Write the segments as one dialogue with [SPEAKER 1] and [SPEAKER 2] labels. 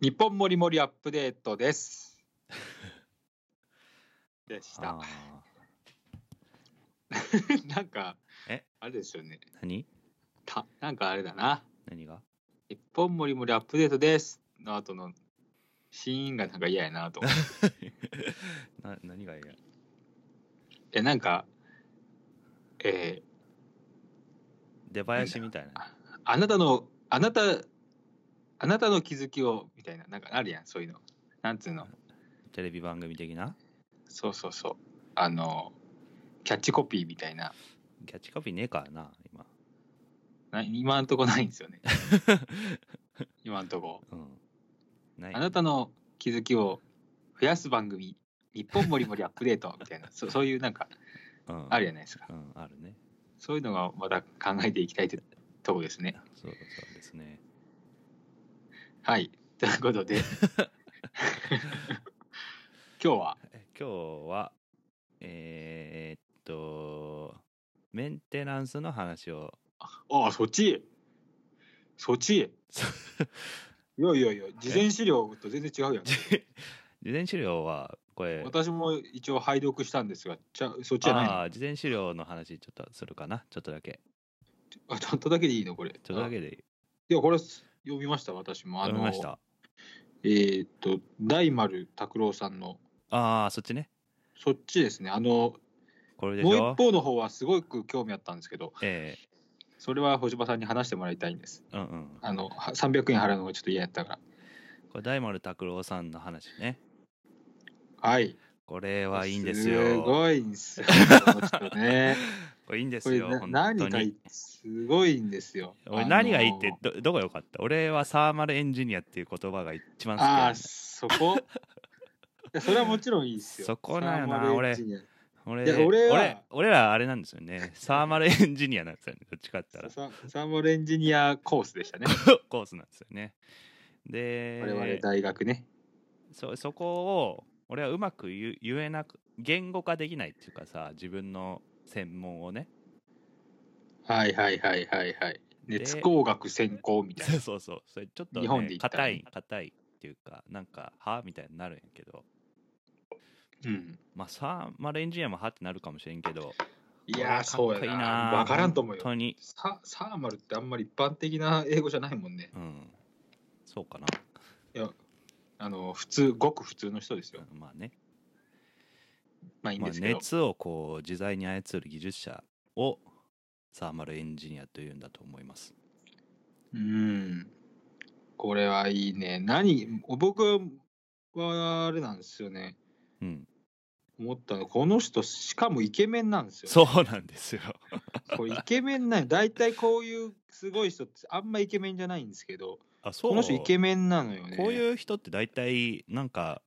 [SPEAKER 1] 日本もりもりアップデート です。でした
[SPEAKER 2] あ。
[SPEAKER 1] なんか、
[SPEAKER 2] え
[SPEAKER 1] あれですよね。
[SPEAKER 2] ー何
[SPEAKER 1] たなんかあれだな。
[SPEAKER 2] 何が
[SPEAKER 1] 日本もりもりアップデートです。の後のシーンがなんか嫌やな と思って。
[SPEAKER 2] な何がいや
[SPEAKER 1] え、なんか、え
[SPEAKER 2] 出囃子みたいな。
[SPEAKER 1] ーあなたの、あなた、あなたの気づきを、みたいな、なんかあるやん、そういうの。なんつうの。
[SPEAKER 2] テレビ番組的な
[SPEAKER 1] そうそうそう。あの、キャッチコピーみたいな。
[SPEAKER 2] キャッチコピーねえからな、今。
[SPEAKER 1] な今んとこないんです よね。今んとこ。
[SPEAKER 2] うん。ない
[SPEAKER 1] あなたの気づきを増やす番組、日本もりもりアップデートみたいな、 そそういうなんか、
[SPEAKER 2] うん、
[SPEAKER 1] あるじゃないですか。
[SPEAKER 2] うん、あるね。
[SPEAKER 1] そういうのがまた考えていきたいってとこですね。
[SPEAKER 2] そうそうですね。
[SPEAKER 1] はい。ということで、 今日は、
[SPEAKER 2] え今日は、えー、っと、メンテナンスの話を。
[SPEAKER 1] ああ、そっちそっちいやいやいや、事前資料と全然違うやん。
[SPEAKER 2] 事前資料は、これ、
[SPEAKER 1] 私も一応拝読したんですが、ちゃそっちじゃないの
[SPEAKER 2] ああー、事前資料の話ちょっとするかな。ちょっとだけ。
[SPEAKER 1] あちょっとだけでいいのこれ。
[SPEAKER 2] ちょっとだ
[SPEAKER 1] あ
[SPEAKER 2] けで
[SPEAKER 1] いや、これ読みました、私も。あの
[SPEAKER 2] 読みました。
[SPEAKER 1] えーっと、大丸拓郎さんの
[SPEAKER 2] ああ、そっちね。
[SPEAKER 1] そっちですね。あの、
[SPEAKER 2] これでし
[SPEAKER 1] もう
[SPEAKER 2] ょ
[SPEAKER 1] 一方の方はすごく興味あったんですけど、
[SPEAKER 2] え
[SPEAKER 1] それは星葉さんに話してもらいたいんです。
[SPEAKER 2] えうんうん。
[SPEAKER 1] あの、は300円払うのがちょっと嫌やったから。
[SPEAKER 2] これ大丸拓郎さんの話ね。
[SPEAKER 1] はい。
[SPEAKER 2] これはいいんです
[SPEAKER 1] す
[SPEAKER 2] よ。
[SPEAKER 1] ごいんですよ。この人ね。
[SPEAKER 2] これいいん で
[SPEAKER 1] こ
[SPEAKER 2] す
[SPEAKER 1] れ
[SPEAKER 2] よ。
[SPEAKER 1] な
[SPEAKER 2] 本当
[SPEAKER 1] 何がい
[SPEAKER 2] に
[SPEAKER 1] い。すごいんですよ。
[SPEAKER 2] 俺何がいいっ
[SPEAKER 1] あ
[SPEAKER 2] て
[SPEAKER 1] のー
[SPEAKER 2] どどこが良かった俺はサーマルエンジニアっていう言葉が一番好き
[SPEAKER 1] あ
[SPEAKER 2] なん
[SPEAKER 1] あ、
[SPEAKER 2] だ
[SPEAKER 1] そこいやそれはもちろんいいですよ。
[SPEAKER 2] そこなんよな
[SPEAKER 1] サーマルエンジニア
[SPEAKER 2] 俺
[SPEAKER 1] いや俺は
[SPEAKER 2] 俺俺らあれなんですよ ねサーマルエンジニアなんですよねどっちかって言ったら
[SPEAKER 1] ササーマルエンジニアコースでしたね。
[SPEAKER 2] コースなんですよねで
[SPEAKER 1] 我々大学ね。
[SPEAKER 2] そそこを俺はうまく言う言えなく言語化できないっていうかさ自分の専門をね
[SPEAKER 1] はいはいはいはいはい。
[SPEAKER 2] で
[SPEAKER 1] 熱工学専攻みたい
[SPEAKER 2] そ
[SPEAKER 1] な
[SPEAKER 2] う。そうそうそれちょっと、
[SPEAKER 1] 日本で言
[SPEAKER 2] ね、
[SPEAKER 1] ったら
[SPEAKER 2] 硬
[SPEAKER 1] ね
[SPEAKER 2] い硬いっていうかなんかはみたいになるんやけど
[SPEAKER 1] うん。
[SPEAKER 2] まあサーマルエンジニアもはってなるかもしれんけど
[SPEAKER 1] いやー、そうやな。わ
[SPEAKER 2] わ
[SPEAKER 1] からんと思う
[SPEAKER 2] 本
[SPEAKER 1] よ。
[SPEAKER 2] 当に。
[SPEAKER 1] ササーマルってあんまり一般的な英語じゃないもんね。
[SPEAKER 2] うん。そうかな。
[SPEAKER 1] あの、普通、ごく普通の人ですよ。
[SPEAKER 2] まあね。
[SPEAKER 1] まあいいん
[SPEAKER 2] まあ、
[SPEAKER 1] ですけど。
[SPEAKER 2] 熱をこう自在に操る技術者をサーマルエンジニアというんだと思います。
[SPEAKER 1] うん。これはいいね。何、僕はあれなんですよね。
[SPEAKER 2] うん。
[SPEAKER 1] 思ったの、この人、しかもイケメンなんですよ。
[SPEAKER 2] そうなんですよ。
[SPEAKER 1] これイケメンなん大体こういうすごい人ってあんまイケメンじゃないんですけど、
[SPEAKER 2] あ、そう。
[SPEAKER 1] この人イケ
[SPEAKER 2] ン、
[SPEAKER 1] メンなのよね。
[SPEAKER 2] こういう人って大体なんか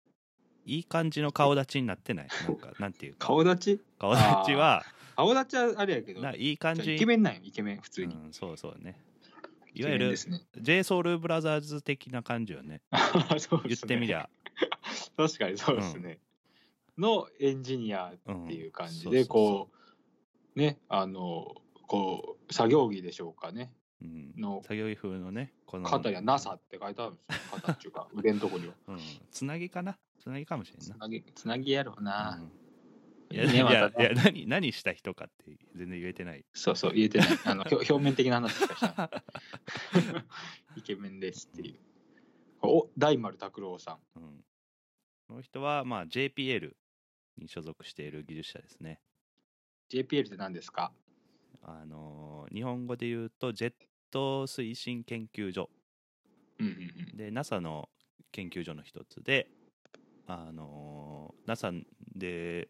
[SPEAKER 2] いい感じの顔立ちになってない。なんかなんていうか。
[SPEAKER 1] 顔立ち
[SPEAKER 2] 顔立ちは
[SPEAKER 1] 顔立ちはあれやけど、
[SPEAKER 2] ないい感
[SPEAKER 1] じゃあ
[SPEAKER 2] じ。
[SPEAKER 1] イケメンなんよ、イケメン、普通に。
[SPEAKER 2] うん、そうそうね。
[SPEAKER 1] イ
[SPEAKER 2] い
[SPEAKER 1] ケ
[SPEAKER 2] わ
[SPEAKER 1] メ
[SPEAKER 2] ゆ
[SPEAKER 1] ン
[SPEAKER 2] る
[SPEAKER 1] です ね。
[SPEAKER 2] J ソ u l b r o t h e r 的な感じよね。
[SPEAKER 1] そう
[SPEAKER 2] 言
[SPEAKER 1] で
[SPEAKER 2] っ
[SPEAKER 1] すね
[SPEAKER 2] てみりゃ。
[SPEAKER 1] 確かにそうですね、のエンジニアっていう感じでこうねあのこう作業着でしょうかね
[SPEAKER 2] うん、うん
[SPEAKER 1] の
[SPEAKER 2] 作業着風のねこの
[SPEAKER 1] 肩には NASA って書いてあるんですよ肩っていうか腕のとこ には
[SPEAKER 2] うん、つなぎかなつなぎかもしれん
[SPEAKER 1] つ
[SPEAKER 2] な
[SPEAKER 1] なぎつなぎやろうな、
[SPEAKER 2] うんい
[SPEAKER 1] い
[SPEAKER 2] や
[SPEAKER 1] い
[SPEAKER 2] い
[SPEAKER 1] ねま
[SPEAKER 2] や
[SPEAKER 1] た
[SPEAKER 2] いや何何した人かって全然言えてない
[SPEAKER 1] そうそう言え てないあの表表面的な話しかしない イケメンですっていうお大丸拓郎さん
[SPEAKER 2] うん、この人はまあ JPL に所属している技術者ですね
[SPEAKER 1] JPL って何ですか
[SPEAKER 2] あのー日本語で言うとジェット推進研究所
[SPEAKER 1] うんうんうん
[SPEAKER 2] で NASA の研究所の一つであのー NASA で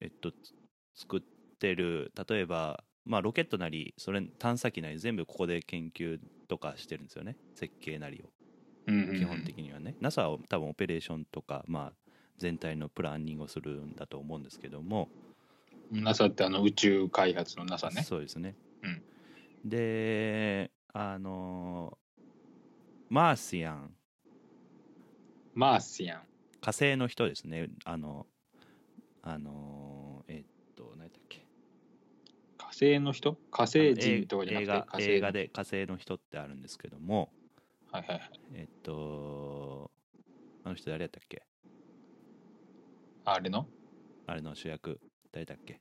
[SPEAKER 2] えっとつ作ってる例えばまあロケットなりそれ探査機なり全部ここで研究とかしてるんですよね設計なりを
[SPEAKER 1] うんうん
[SPEAKER 2] 基本的にはね NASA は多分オペレーションとかまあ全体のプランニングをするんだと思うんですけども
[SPEAKER 1] NASA ってあの宇宙開発の NASA ね
[SPEAKER 2] そうですね
[SPEAKER 1] うん
[SPEAKER 2] であのーマーシアン
[SPEAKER 1] マーシアン
[SPEAKER 2] 火星の人ですねあのあのーえっと何だっけ
[SPEAKER 1] 火星の人火星人とかじゃな
[SPEAKER 2] 映
[SPEAKER 1] くて
[SPEAKER 2] 画
[SPEAKER 1] 火星の
[SPEAKER 2] 映画で火星の人ってあるんですけども
[SPEAKER 1] はいはいはい
[SPEAKER 2] えっとの人誰やったっけ
[SPEAKER 1] あれの
[SPEAKER 2] あれの主役誰だっけ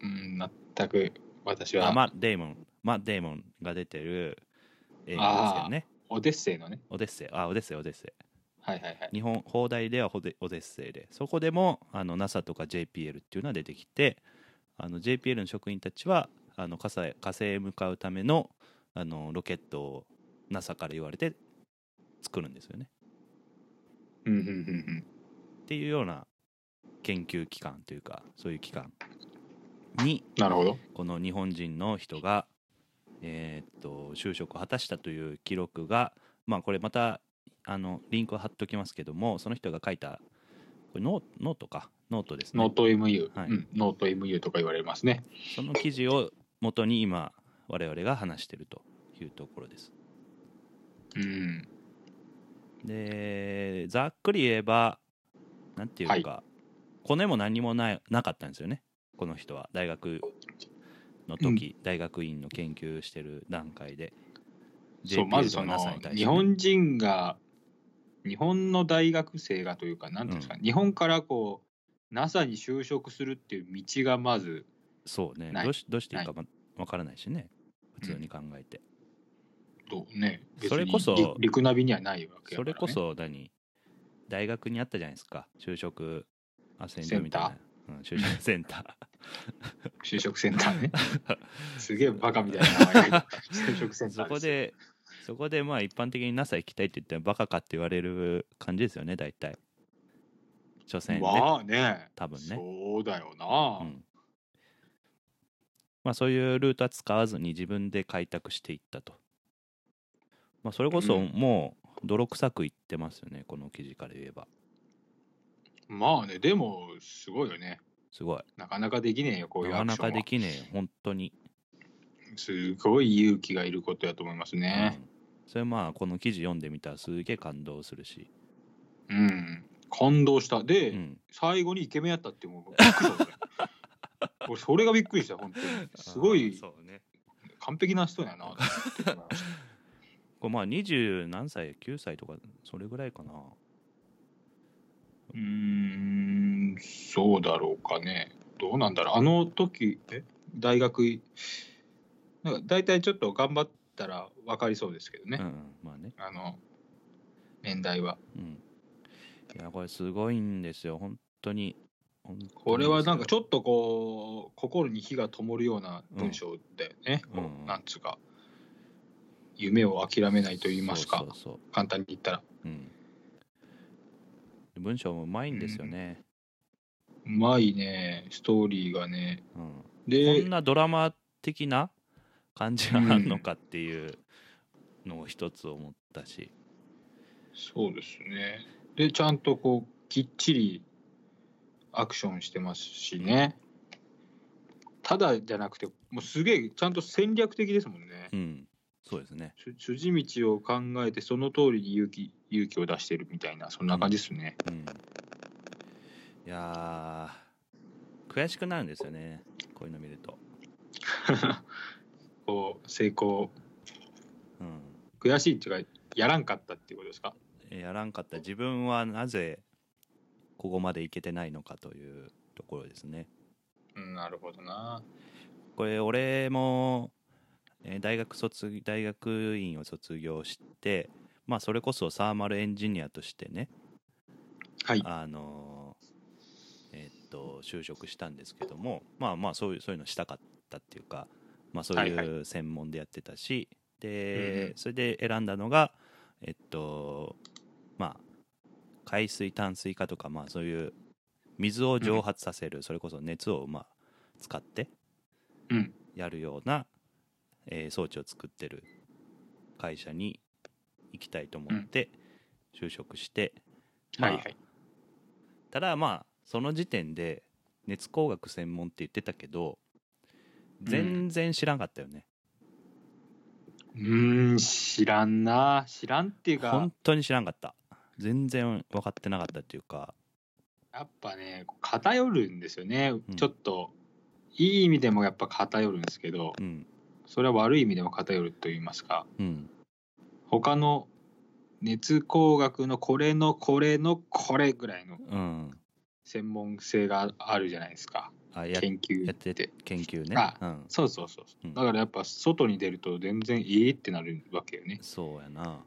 [SPEAKER 1] うん、全く私
[SPEAKER 2] あ
[SPEAKER 1] は、
[SPEAKER 2] マット・デイモンマット・デイモンが出てる映画ですけどね
[SPEAKER 1] オデッセイのね。
[SPEAKER 2] オデッセイあオデッセイオデッセ
[SPEAKER 1] はいはいはい
[SPEAKER 2] イ。日本放題ではホデオデッセイでそこでもあの NASA とか JPL っていうのは出てきてあの JPL の職員たちはあの火星火星へ向かうためのあのロケットを NASA から言われて作るんですよね
[SPEAKER 1] うんうんうんうん。
[SPEAKER 2] っていうような研究機関というかそういう機関に
[SPEAKER 1] なるほど。
[SPEAKER 2] この日本人の人が、えーっと就職を果たしたという記録がまあこれまたあのリンクを貼っときますけどもその人が書いたこれノノートかノートですね
[SPEAKER 1] ノート MU、
[SPEAKER 2] はい
[SPEAKER 1] うん。ノート MU とか言われますね。
[SPEAKER 2] その記事を元に今我々が話してるというところです。
[SPEAKER 1] うん。
[SPEAKER 2] でざっくり言えばなんていうか、コネも何もないなかったんですよねこの人は大学の時、大学院の研究してる段階で
[SPEAKER 1] そう、まずその
[SPEAKER 2] JPL と NASA に、対して
[SPEAKER 1] 日本人が、日本の大学生がというか、なんていうんですか、日本からこう、NASA に就職するっていう道がまず、
[SPEAKER 2] そうね
[SPEAKER 1] ない
[SPEAKER 2] どうしどうしていいかわ、わからないしね普通に考えて、
[SPEAKER 1] どうね、
[SPEAKER 2] それこそ
[SPEAKER 1] 別にリクナビにはないわけやか
[SPEAKER 2] そ
[SPEAKER 1] ら、ね、
[SPEAKER 2] れこそ何大学にあったじゃないですか就職斡旋所みたいな
[SPEAKER 1] セン
[SPEAKER 2] うん、就職センター
[SPEAKER 1] 就職センター ね。すげえバカみたいな名前が就職センタ
[SPEAKER 2] そ
[SPEAKER 1] ー
[SPEAKER 2] こでそこでまあ一般的に NASA 行きたいって言ったらバカかって言われる感じですよね大体所詮ね、
[SPEAKER 1] まあね、
[SPEAKER 2] 多分ね
[SPEAKER 1] そうだよな
[SPEAKER 2] う。んまあ、そういうルートは使わずに自分で開拓していったと、まあ、それこそ
[SPEAKER 1] うん
[SPEAKER 2] もう泥臭くいってますよねこの記事から言えば
[SPEAKER 1] まあね、でも、すごいよね。
[SPEAKER 2] すごい
[SPEAKER 1] なかなかできねえよ、こういう
[SPEAKER 2] な
[SPEAKER 1] ア
[SPEAKER 2] か
[SPEAKER 1] ク
[SPEAKER 2] な
[SPEAKER 1] ションは
[SPEAKER 2] かできねえよ本当に、
[SPEAKER 1] すごい勇気がいることやと思いますね
[SPEAKER 2] う。んそれまあこの記事読んでみたらすげえ感動するし、
[SPEAKER 1] うん。感動した。で、
[SPEAKER 2] うん、
[SPEAKER 1] 最後にイケメンやったってもうびっくりした俺 俺それがびっくりした本当にすご
[SPEAKER 2] あー
[SPEAKER 1] い
[SPEAKER 2] そうね
[SPEAKER 1] 完璧な人やなって思いまし
[SPEAKER 2] これまあ20何歳9歳とかそれぐらいかな
[SPEAKER 1] たうーんそうだろうかねどうなんだろうあの時え大学いなんか大体ちょっと頑張ったら分かりそうですけど
[SPEAKER 2] う
[SPEAKER 1] ね
[SPEAKER 2] ん、、うん、まあね
[SPEAKER 1] あの年代は
[SPEAKER 2] うんいやこれすごいんですよ本当に本当に
[SPEAKER 1] これはなんかち
[SPEAKER 2] ょっ
[SPEAKER 1] ょっとこう心に火が灯るような文章だよね、
[SPEAKER 2] うん
[SPEAKER 1] こ
[SPEAKER 2] うん
[SPEAKER 1] うなんつうか夢を諦めないと言いますか
[SPEAKER 2] そうそうそう
[SPEAKER 1] 簡単に言ったら
[SPEAKER 2] うん、文章もうまいんですよね、
[SPEAKER 1] うまいねストーリーがね
[SPEAKER 2] うんこ
[SPEAKER 1] で
[SPEAKER 2] んなドラマ的な感じがあるのかっていうのを一つ思ったし、
[SPEAKER 1] そうですねでちゃんとこうきっちりアクションしてますしねただじゃなくてもうすげえちゃんと戦略的ですもんね
[SPEAKER 2] うんそうですね
[SPEAKER 1] す筋道を考えてその通りに勇気勇気を出してるみたいなそんな感じですね、
[SPEAKER 2] うんいやー悔しくなるんですよねこういうの見ると、
[SPEAKER 1] こう成功
[SPEAKER 2] う
[SPEAKER 1] 悔しいっていうかやらんかったっていうことですか
[SPEAKER 2] ん、やらんかった自分はなぜここまでいけてないのかというところですね
[SPEAKER 1] うんなるほどな
[SPEAKER 2] これ俺も、えー大学卒大学院を卒業してまあそれこそサーマルエンジニアとしてね
[SPEAKER 1] はい
[SPEAKER 2] あのーえーっと就職したんですけどもまあまあそういうそういうのしたかったっていうかまあそう
[SPEAKER 1] はい
[SPEAKER 2] いう専門でやってたし、
[SPEAKER 1] うん
[SPEAKER 2] で
[SPEAKER 1] うん
[SPEAKER 2] それで選んだのがえっとまあ海水淡水化とかまあそういう水を蒸発させる、それこそ熱をまあ使って
[SPEAKER 1] うん
[SPEAKER 2] やるような、えー装置を作ってる会社に行きたいと思って就職して、ま
[SPEAKER 1] は
[SPEAKER 2] あ
[SPEAKER 1] いはい
[SPEAKER 2] ただまあその時点で熱工学専門って言ってたけど全然知らんかったよね、
[SPEAKER 1] うーん知らんな知らんっていうか
[SPEAKER 2] 本当に知らんかった全然分かってなかったっていうか
[SPEAKER 1] やっぱね偏るんですよね、
[SPEAKER 2] うん
[SPEAKER 1] ちょっといい意味でもやっぱ偏るんですけど
[SPEAKER 2] うん
[SPEAKER 1] それは悪い意味でも偏ると言いますか
[SPEAKER 2] うん
[SPEAKER 1] 他の熱工学のこれのこれのこれぐらいの
[SPEAKER 2] うん
[SPEAKER 1] 専門性があるじゃないですか
[SPEAKER 2] あや
[SPEAKER 1] 研究
[SPEAKER 2] や
[SPEAKER 1] っ
[SPEAKER 2] って
[SPEAKER 1] て
[SPEAKER 2] 研究ね
[SPEAKER 1] あ
[SPEAKER 2] うん、
[SPEAKER 1] そうそうそう
[SPEAKER 2] うん
[SPEAKER 1] だからやっぱ外に出ると全然いいってなるわけよね
[SPEAKER 2] そうやな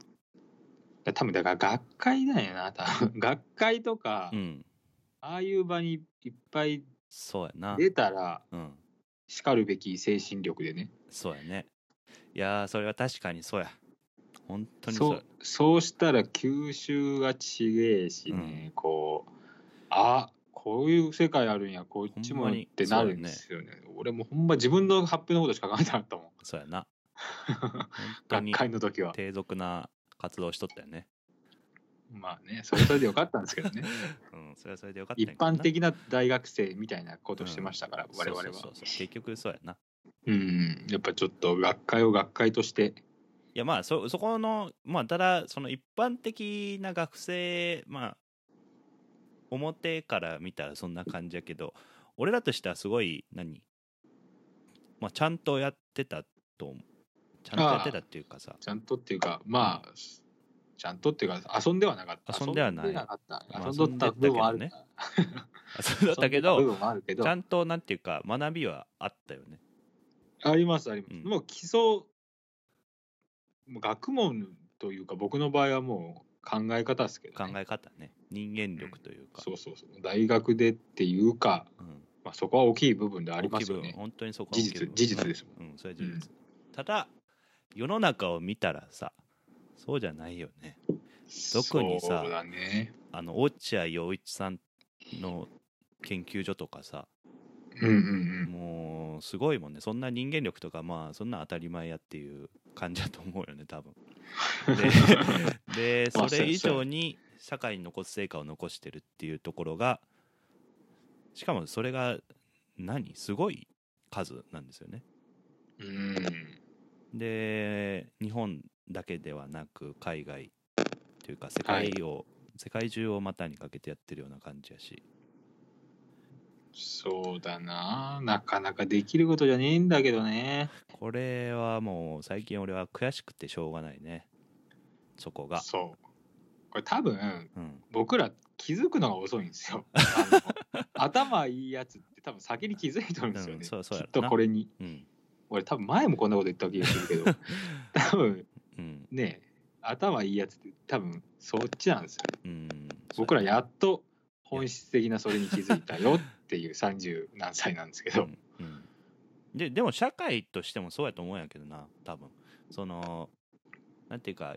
[SPEAKER 1] だ多分だから学会だよな多分 学会とか、
[SPEAKER 2] うん
[SPEAKER 1] ああいう場にいっぱい
[SPEAKER 2] そうやな
[SPEAKER 1] 出たら
[SPEAKER 2] うん
[SPEAKER 1] しかるべき精神力でね
[SPEAKER 2] そうやねいやーそれは確かにそうや本当にそう
[SPEAKER 1] そうそうしたら吸収がちげえしね、こうあこういう世界あるんやこっち
[SPEAKER 2] ほ
[SPEAKER 1] も
[SPEAKER 2] ん
[SPEAKER 1] っ
[SPEAKER 2] まに
[SPEAKER 1] てなるんですよね俺もほんま自分の発表のことしか考えてなかったもん
[SPEAKER 2] そう やな本当
[SPEAKER 1] 学
[SPEAKER 2] に
[SPEAKER 1] 会の時は
[SPEAKER 2] 低俗な活動しとったよね
[SPEAKER 1] まあねそれはそれでよかったんです けどね
[SPEAKER 2] うんそれはそれでよかったん
[SPEAKER 1] 一
[SPEAKER 2] やけどな
[SPEAKER 1] 般的な大学生みたいなことしてましたから、
[SPEAKER 2] そう
[SPEAKER 1] 我
[SPEAKER 2] そう
[SPEAKER 1] 々は
[SPEAKER 2] そうそう結局そうやな
[SPEAKER 1] うんやっぱちょっと学会を学会として
[SPEAKER 2] いやまあそそこのまあただその一般的な学生まあ表から見たらそんな感じやけど俺らとしてはすごい何まあちゃんとやってたと思うちゃんとやってたっていうかさ
[SPEAKER 1] ちゃんとっていうかまあちゃんとっていうか遊んではなかった
[SPEAKER 2] 遊んではない
[SPEAKER 1] 遊んでった
[SPEAKER 2] まあ
[SPEAKER 1] 遊んどった部分はある
[SPEAKER 2] 遊んで
[SPEAKER 1] から
[SPEAKER 2] あ そうだったけ
[SPEAKER 1] 遊んで
[SPEAKER 2] ど
[SPEAKER 1] 部分はあるけど
[SPEAKER 2] ちゃんとなんていうか学びはあったよね
[SPEAKER 1] ありますあります、
[SPEAKER 2] うん
[SPEAKER 1] もう基礎もう学問というか僕の場合はもう考え方ですけど
[SPEAKER 2] 考
[SPEAKER 1] ね、
[SPEAKER 2] え方ね人間力というか、
[SPEAKER 1] そうそうそう大学でっていうか、
[SPEAKER 2] うん
[SPEAKER 1] まあ、そこは大きい部分ではあり
[SPEAKER 2] 大
[SPEAKER 1] ま
[SPEAKER 2] きい
[SPEAKER 1] す
[SPEAKER 2] 部
[SPEAKER 1] よ
[SPEAKER 2] 分
[SPEAKER 1] ね
[SPEAKER 2] 本当にそこは
[SPEAKER 1] 事
[SPEAKER 2] 大きい
[SPEAKER 1] 実
[SPEAKER 2] 部分
[SPEAKER 1] 事実ですもん
[SPEAKER 2] うん、それは事実、ただ世の中を見たらさそうじゃないよね特にさ
[SPEAKER 1] そうだね
[SPEAKER 2] あの落合陽一さんの研究所とかさ
[SPEAKER 1] うんうん
[SPEAKER 2] もうすごいもんねそんな人間力とかまあそんな当たり前やっていう感じだと思うよね多分 でで
[SPEAKER 1] ま
[SPEAKER 2] そ
[SPEAKER 1] あ
[SPEAKER 2] れ以上に社会に残す成果を残してるっていうところがしかもそれが何すごい数なんですよね
[SPEAKER 1] うんうん
[SPEAKER 2] で日本だけではなく海外というか世
[SPEAKER 1] は
[SPEAKER 2] 界
[SPEAKER 1] い
[SPEAKER 2] を、世界中を股にかけてやってるような感じやし
[SPEAKER 1] そうだななかなかできることじゃねえんだけどね
[SPEAKER 2] これはもう最近俺は悔しくてしょうがないねそこが
[SPEAKER 1] そうこれ多分
[SPEAKER 2] うん
[SPEAKER 1] 僕ら気づくのが遅いんです よ。あの頭いいやつって多分先に気づいてるんですよね。
[SPEAKER 2] うんそうそう
[SPEAKER 1] き
[SPEAKER 2] や
[SPEAKER 1] っ
[SPEAKER 2] ろな
[SPEAKER 1] とこれに。
[SPEAKER 2] うん
[SPEAKER 1] 俺多分前もこんなこと言った気がする けど多分
[SPEAKER 2] うん
[SPEAKER 1] ね頭いいやつって多分そっちなんですよね。
[SPEAKER 2] うん
[SPEAKER 1] 僕ら
[SPEAKER 2] そう
[SPEAKER 1] やっと本質的なそれに気づいたよっていう30何歳なんですけ
[SPEAKER 2] や
[SPEAKER 1] ど
[SPEAKER 2] う。ん、うんででも社会としてもそうやと思うんやけどな多分そのなんていうか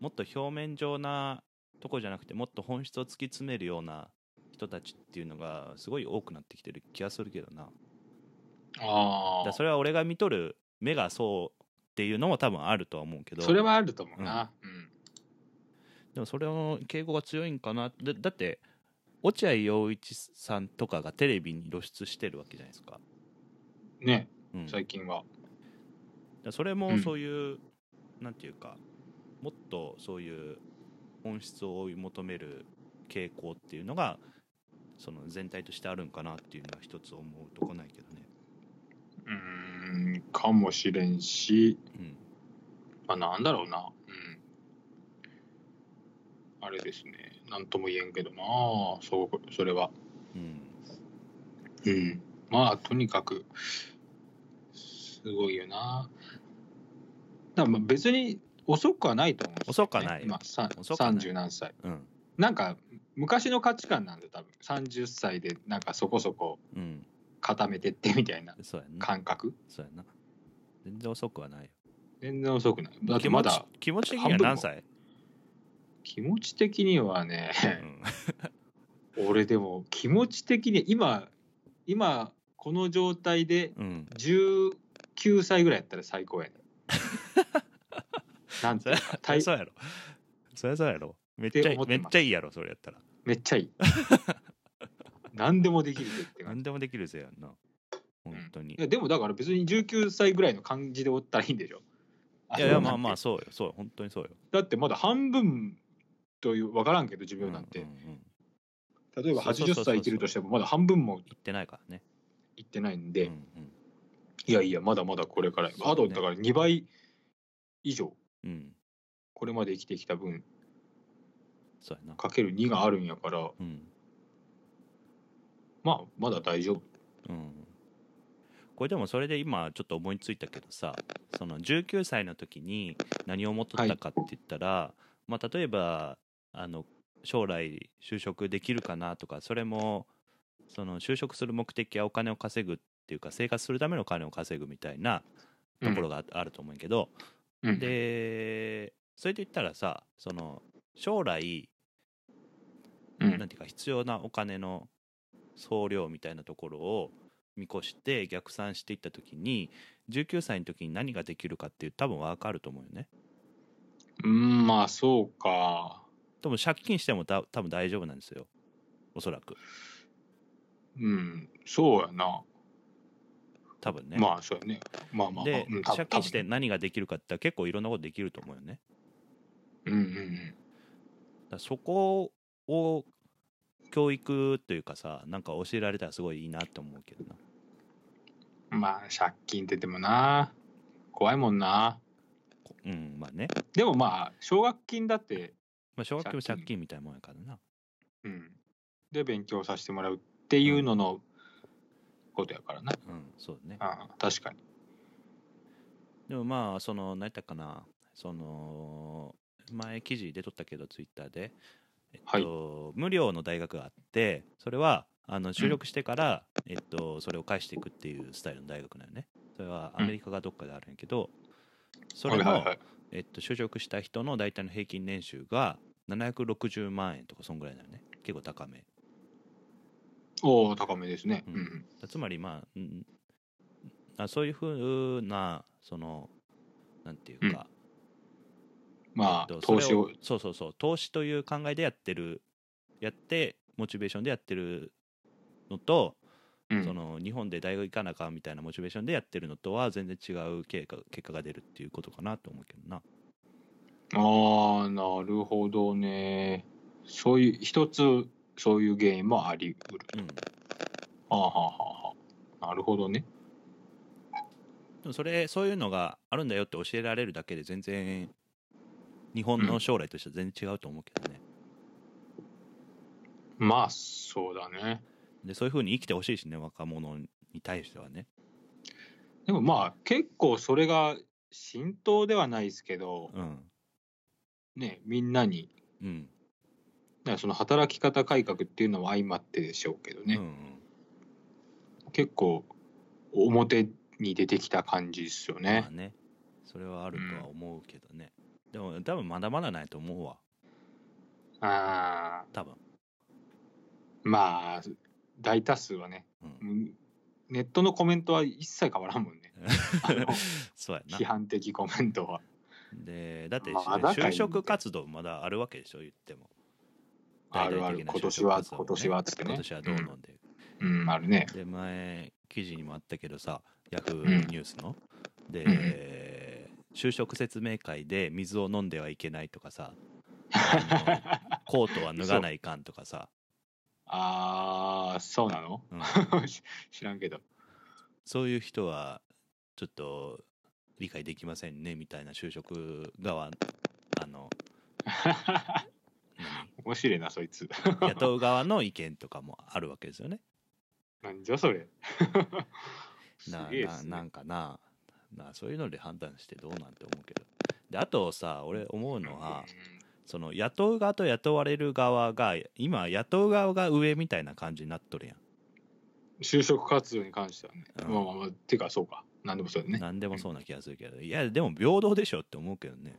[SPEAKER 2] もっと表面上なとこじゃなくてもっと本質を突き詰めるような人たちっていうのがすごい多くなってきてる気がするけどなだ
[SPEAKER 1] あ
[SPEAKER 2] か
[SPEAKER 1] あ
[SPEAKER 2] らそれは俺が見とる目がそうっていうのも多分あるとは思うけど
[SPEAKER 1] それはあると思うな。うん
[SPEAKER 2] でもそれの傾向が強いんかなだだって落合陽一さんとかがテレビに露出してるわけじゃないですか、
[SPEAKER 1] ね
[SPEAKER 2] うん、
[SPEAKER 1] 最近は。
[SPEAKER 2] だからそれ
[SPEAKER 1] う
[SPEAKER 2] も
[SPEAKER 1] ん
[SPEAKER 2] そういう、なんていうかもっとそういう本質を追い求める傾向っていうのがその全体としてあるんかなっていうのは一つ思うとこないけどね、
[SPEAKER 1] うーんかもしれんし。
[SPEAKER 2] うん、
[SPEAKER 1] まあ、なんだろうな。うん。あれですね。なんとも言えんけどな。そう、それは。
[SPEAKER 2] うん、
[SPEAKER 1] うん。まあ、とにかく、すごいよな。だからまあ別に遅くはないと思うんですよ
[SPEAKER 2] 遅くはない
[SPEAKER 1] 今、さ
[SPEAKER 2] 遅くはない
[SPEAKER 1] 30何歳。
[SPEAKER 2] うん、
[SPEAKER 1] なんか、昔の価値観なんで、多分30歳で、なんかそこそこ
[SPEAKER 2] うん、
[SPEAKER 1] 固めてってみたいな
[SPEAKER 2] そうやんな、
[SPEAKER 1] 感覚。
[SPEAKER 2] そうやんな、全然遅くはないよ。
[SPEAKER 1] 全然遅くない。だってまだ、
[SPEAKER 2] 気持ち気持ち的には何歳？
[SPEAKER 1] 気持ち的にはね、
[SPEAKER 2] うん、
[SPEAKER 1] 俺でも気持ち的に今今この状態で
[SPEAKER 2] うん、
[SPEAKER 1] 19歳ぐらいやったら最高やね なんていうか
[SPEAKER 2] そり
[SPEAKER 1] 体
[SPEAKER 2] ゃそうやろ、そりゃそうやろ、めっ
[SPEAKER 1] っ
[SPEAKER 2] ち
[SPEAKER 1] て
[SPEAKER 2] ゃ
[SPEAKER 1] 思って
[SPEAKER 2] めっ
[SPEAKER 1] ます
[SPEAKER 2] ちゃいいやろそれやったら、
[SPEAKER 1] めっちゃい い何でもできるぜって感
[SPEAKER 2] 何
[SPEAKER 1] じ
[SPEAKER 2] でもできるぜやんな、本当に
[SPEAKER 1] い。やでもだから別に19歳ぐらいの感じでおったらいいんでしょ
[SPEAKER 2] いやいやまあまあ
[SPEAKER 1] あ
[SPEAKER 2] そうよそうよ本当にそうよ。
[SPEAKER 1] だってまだ半分という分からんけど寿命なんて、
[SPEAKER 2] うんうんうん
[SPEAKER 1] 例えば
[SPEAKER 2] そうそうそう
[SPEAKER 1] 80
[SPEAKER 2] そう
[SPEAKER 1] 歳生きるとしてもまだ半分も
[SPEAKER 2] 行ってないからね。
[SPEAKER 1] いってないん
[SPEAKER 2] う
[SPEAKER 1] で、
[SPEAKER 2] んうん
[SPEAKER 1] いやいやまだまだこれから、
[SPEAKER 2] そうね
[SPEAKER 1] あとだから2倍以上
[SPEAKER 2] うん
[SPEAKER 1] これまで生きてきた分
[SPEAKER 2] そうやな
[SPEAKER 1] かける2があるんやから
[SPEAKER 2] うん
[SPEAKER 1] まあまだ大丈夫
[SPEAKER 2] うんこれでもそれで今ちょっと思いついたけどさその19歳の時に何を思っとったかって言ったら、まあ、例えばあの将来就職できるかなとかそれもその就職する目的はお金を稼ぐっていうか生活するためのお金を稼ぐみたいなところがああると思うんやけど、
[SPEAKER 1] うん、
[SPEAKER 2] でそれで言ったらさその将来
[SPEAKER 1] うん
[SPEAKER 2] なんていうか必要なお金の総量みたいなところを見越して逆算していった時に19歳の時に何ができるかっていう多分分かると思うよね
[SPEAKER 1] うんまあそうか
[SPEAKER 2] 多分借金してもた多分大丈夫なんですよおそらく
[SPEAKER 1] うんそうやな、
[SPEAKER 2] 多分ね、
[SPEAKER 1] まあそうやねまあまあ
[SPEAKER 2] で、
[SPEAKER 1] まあうん多分
[SPEAKER 2] 借金して何ができるかって言ったら結構いろんなことできると思うよね
[SPEAKER 1] 多分うんうん
[SPEAKER 2] だからそこを教育というかさなんか教えられたらすごいいいなって思うけどな
[SPEAKER 1] うんまあ借金ってでもな怖いもんな
[SPEAKER 2] こうんまあね、
[SPEAKER 1] でもまあ奨学金だって
[SPEAKER 2] まあ、奨学金
[SPEAKER 1] 借
[SPEAKER 2] も
[SPEAKER 1] 金
[SPEAKER 2] 借金みたいなもんやからな
[SPEAKER 1] うんで勉強させてもらうっていうののことやからな、
[SPEAKER 2] うんそうだね
[SPEAKER 1] ああ確かに
[SPEAKER 2] でもまあその何やったかなその前記事で撮ったけどツイッターで、えっと無料の大学があってそれはあの就職してから、えっと、それを返していくっていうスタイルの大学なのねそれはアメリカがどっかであるんやけど、それの、
[SPEAKER 1] はいはいはい
[SPEAKER 2] えっと、就職した人の大体の平均年収が760万円とかそんぐらいなのね結構高め
[SPEAKER 1] おお高めですね、
[SPEAKER 2] う
[SPEAKER 1] うんん
[SPEAKER 2] つまりまあ,、うん、あそういうふうなそのなんていうか、
[SPEAKER 1] まあ、
[SPEAKER 2] えっと
[SPEAKER 1] 投資を
[SPEAKER 2] それそうそうそう投資という考えでやってるやってモチベーションでやってるのと、
[SPEAKER 1] うん
[SPEAKER 2] その日本で大学行かなあかんみたいなモチベーションでやってるのとは全然違う結果結果が出るっていうことかなと思うけどな
[SPEAKER 1] ああなるほどねそういう一つそういう原因もありうる
[SPEAKER 2] うんで
[SPEAKER 1] ああはあはあはあなるほどね
[SPEAKER 2] もそれそういうのがあるんだよって教えられるだけで全然日本の将来としては全然違うと思うけどね、
[SPEAKER 1] まあそうだね
[SPEAKER 2] でそういうふうに生きてほしいしね若者に対してはね
[SPEAKER 1] でもまあ結構それが浸透ではないですけど
[SPEAKER 2] うん
[SPEAKER 1] ねみんなに
[SPEAKER 2] うん、
[SPEAKER 1] だからその働き方改革っていうのは相まってでしょうけどね、
[SPEAKER 2] うんうん
[SPEAKER 1] 結構表に出てきた感じですよ
[SPEAKER 2] ま
[SPEAKER 1] ね
[SPEAKER 2] あ、ねそれはあるとは思うけどね、でも多分まだまだないと思うわ
[SPEAKER 1] ああ
[SPEAKER 2] 多分、
[SPEAKER 1] まあ大多数はね
[SPEAKER 2] うん、
[SPEAKER 1] うんネットのコメントは一切変わらんもんねあの
[SPEAKER 2] そう やな
[SPEAKER 1] 批判的コメントは
[SPEAKER 2] でだって、
[SPEAKER 1] まあだから
[SPEAKER 2] 就職活動まだあるわけでしょ言っても
[SPEAKER 1] あるある
[SPEAKER 2] 大々的な
[SPEAKER 1] 今年は
[SPEAKER 2] 就職活動もね
[SPEAKER 1] 今年はっつってね
[SPEAKER 2] 今年はどうので、
[SPEAKER 1] うんあるね
[SPEAKER 2] で前記事にもあったけどさヤフ
[SPEAKER 1] うん
[SPEAKER 2] ーニュースの、で就職説明会で水を飲んではいけないと かさあのコートは脱がないかんとかさ、
[SPEAKER 1] ああそうなの
[SPEAKER 2] うん
[SPEAKER 1] 知 知らんけど
[SPEAKER 2] そういう人はちょっと理解できませんねみたいな就職側 あの
[SPEAKER 1] 面白いなそいつ
[SPEAKER 2] 何雇う側の意見とかもあるわけですよね。
[SPEAKER 1] なんじゃそれす
[SPEAKER 2] な
[SPEAKER 1] げえっ
[SPEAKER 2] な
[SPEAKER 1] す
[SPEAKER 2] な
[SPEAKER 1] ね
[SPEAKER 2] んかななそういうので判断してどうなんて思うけど。であとさ俺思うのはその雇う側と雇われる側が今雇う側が上みたいな感じになっとるやん。
[SPEAKER 1] 就職活動に関してはね、
[SPEAKER 2] うん
[SPEAKER 1] まあまあまあてかそうか何でもそうだね
[SPEAKER 2] 何でもそうな気がするけどいやでも平等でしょって思うけどね。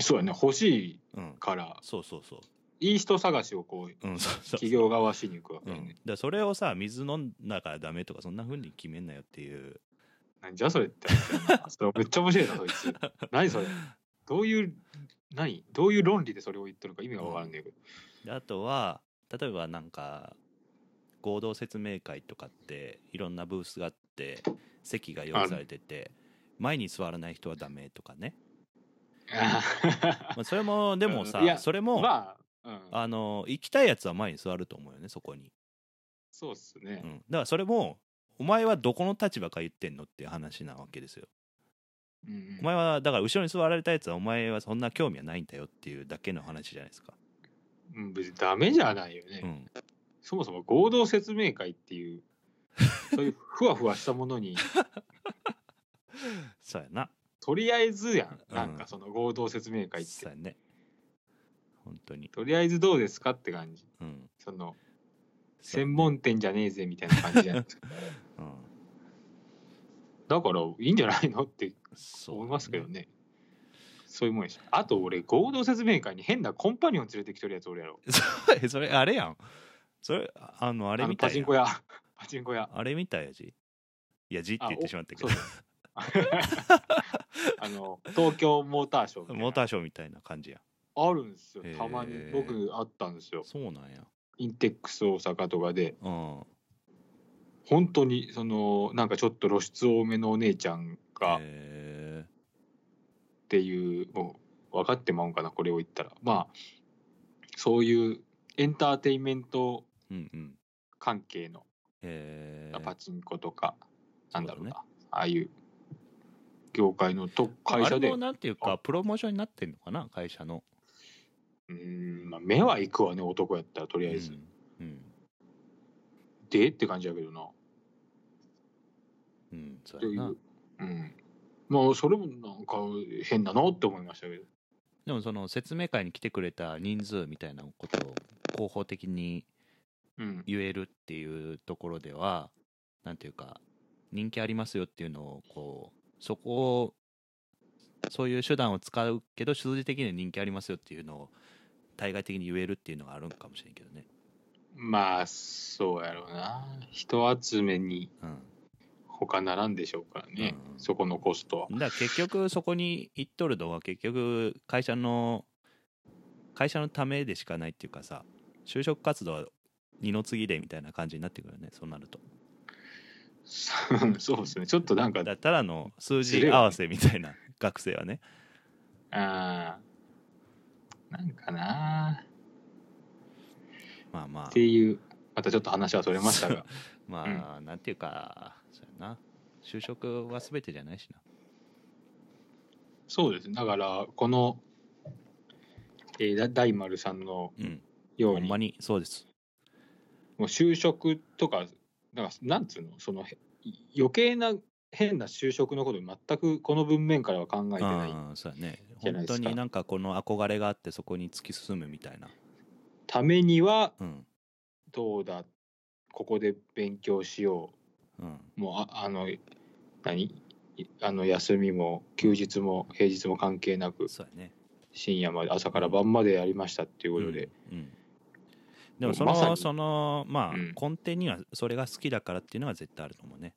[SPEAKER 1] そうやね欲しい
[SPEAKER 2] うん
[SPEAKER 1] から
[SPEAKER 2] そうそうそう。
[SPEAKER 1] いい人探しをこう
[SPEAKER 2] うん、そうそう
[SPEAKER 1] 企業側しに行くわけ
[SPEAKER 2] う
[SPEAKER 1] や
[SPEAKER 2] ん、だ
[SPEAKER 1] ね
[SPEAKER 2] か、らそれをさ水飲んだからダメとかそんな風に決めんなよっていう
[SPEAKER 1] なんじゃそれって それめっちゃ面白いなそいつ何それどういう何どういう論理でそれを言っとるか意味が分からんねんけど、
[SPEAKER 2] であとは例えばなんか合同説明会とかっていろんなブースがあって席が用意されてて前に座らない人はダメとかね、まあ、そ れもでもさ
[SPEAKER 1] いや
[SPEAKER 2] それ も、
[SPEAKER 1] まあ、うん、
[SPEAKER 2] あの行きたいやつは前に座ると思うよねそこに、
[SPEAKER 1] そうっすね
[SPEAKER 2] う、ん、だからそれもお前はどこの立場か言ってんのっていう話なわけですよ
[SPEAKER 1] うんうん
[SPEAKER 2] お前はだから後ろに座られたやつはお前はそんな興味はないんだよっていうだけの話じゃないですか、
[SPEAKER 1] うん、別にダメじゃないよね、
[SPEAKER 2] うん、
[SPEAKER 1] そもそも合同説明会っていう そういうふわふわしたものに
[SPEAKER 2] そうやな
[SPEAKER 1] とりあえずやん
[SPEAKER 2] うん
[SPEAKER 1] なんかその合同説明会って、
[SPEAKER 2] そうやね本当に
[SPEAKER 1] とりあえずどうですかって感じ
[SPEAKER 2] うん
[SPEAKER 1] その
[SPEAKER 2] そう
[SPEAKER 1] 専門店じゃねえぜみたいな感じ じゃないですか
[SPEAKER 2] うん
[SPEAKER 1] だからいいんじゃないのって
[SPEAKER 2] そう
[SPEAKER 1] 思いますけどねそういうもんやしあと俺合同説明会に変なコンパニオン連れてきてるやつ俺やろ
[SPEAKER 2] そう やそれあれやんそれああのあれ
[SPEAKER 1] あの
[SPEAKER 2] みた
[SPEAKER 1] パ
[SPEAKER 2] い
[SPEAKER 1] チン
[SPEAKER 2] や
[SPEAKER 1] コ屋 パチンコ屋
[SPEAKER 2] あれみたいやじいやじって言ってしまったけど
[SPEAKER 1] あおそうそう あの東京モーターショーみたいな
[SPEAKER 2] モーターショーみたいな感じや
[SPEAKER 1] あるんですよ
[SPEAKER 2] へー
[SPEAKER 1] たまに僕あったんですよ
[SPEAKER 2] そうなんや
[SPEAKER 1] インテックス大阪とかで
[SPEAKER 2] うん
[SPEAKER 1] 本当にそのなんかちょっと露出多めのお姉ちゃんがっ
[SPEAKER 2] へ
[SPEAKER 1] ていうもう分かってまうんかなこれを言ったらまあそういうエンターテインメント
[SPEAKER 2] えうんうん
[SPEAKER 1] 関係の
[SPEAKER 2] へえ
[SPEAKER 1] パチンコとか、なんだろうな
[SPEAKER 2] そ
[SPEAKER 1] ああいう業界のと会社
[SPEAKER 2] あれ
[SPEAKER 1] で
[SPEAKER 2] も
[SPEAKER 1] う
[SPEAKER 2] なんていうかプロモーションになってんのかな会社の
[SPEAKER 1] ーん、まあ、目は行くわね男やったらとりあえず、
[SPEAKER 2] うんうん
[SPEAKER 1] でって感じやけどな
[SPEAKER 2] うんそ
[SPEAKER 1] と
[SPEAKER 2] う
[SPEAKER 1] い
[SPEAKER 2] やな
[SPEAKER 1] う、うん、まあそれもなんか変だなって思いましたけど
[SPEAKER 2] でもその説明会に来てくれた人数みたいなことを広報的に
[SPEAKER 1] うん
[SPEAKER 2] 言えるっていうところではなんていうか人気ありますよっていうのをこうそこをそういう手段を使うけど数字的には人気ありますよっていうのを対外的に言えるっていうのがあるんかもしれんけどね
[SPEAKER 1] まあそうやろうな人集めに
[SPEAKER 2] うん
[SPEAKER 1] 他ならんでしょうからね、
[SPEAKER 2] うん
[SPEAKER 1] そこのコストは
[SPEAKER 2] だから結局そこに行っとるのは結局会社の会社のためでしかないっていうかさ就職活動は二の次でみたいな感じになってくるよねそうなると
[SPEAKER 1] そうそうですねちょっとなんか
[SPEAKER 2] だからただの数字合わせみたいな学生はね
[SPEAKER 1] あーなんかな
[SPEAKER 2] まあまあ
[SPEAKER 1] っていうまたちょっと話はそれま したが
[SPEAKER 2] まあ、なんていうかそうやな就職は全てじゃないしな
[SPEAKER 1] そうですねだからこの、えーだ大丸さんの
[SPEAKER 2] うん
[SPEAKER 1] よ
[SPEAKER 2] ほ
[SPEAKER 1] うんに
[SPEAKER 2] まにそうです
[SPEAKER 1] もう就職とかなんかなんつうのそのへ余計な変な就職のこと全くこの文面からは考えてない
[SPEAKER 2] うんそうやね
[SPEAKER 1] じゃない
[SPEAKER 2] 本
[SPEAKER 1] ですか
[SPEAKER 2] 当になんかこの憧れがあってそこに突き進むみたいな
[SPEAKER 1] ためには
[SPEAKER 2] うん
[SPEAKER 1] どうだここで勉強しよ
[SPEAKER 2] うん
[SPEAKER 1] うもうああの何いあの休みも休日も平日も関係なく
[SPEAKER 2] そうやね
[SPEAKER 1] 深夜まで朝から晩までやりましたっていうことで、
[SPEAKER 2] うんうんでもそ
[SPEAKER 1] もうまさ
[SPEAKER 2] の
[SPEAKER 1] に
[SPEAKER 2] そのまあ
[SPEAKER 1] うん
[SPEAKER 2] 根底にはそれが好きだからっていうのは絶対あると思うね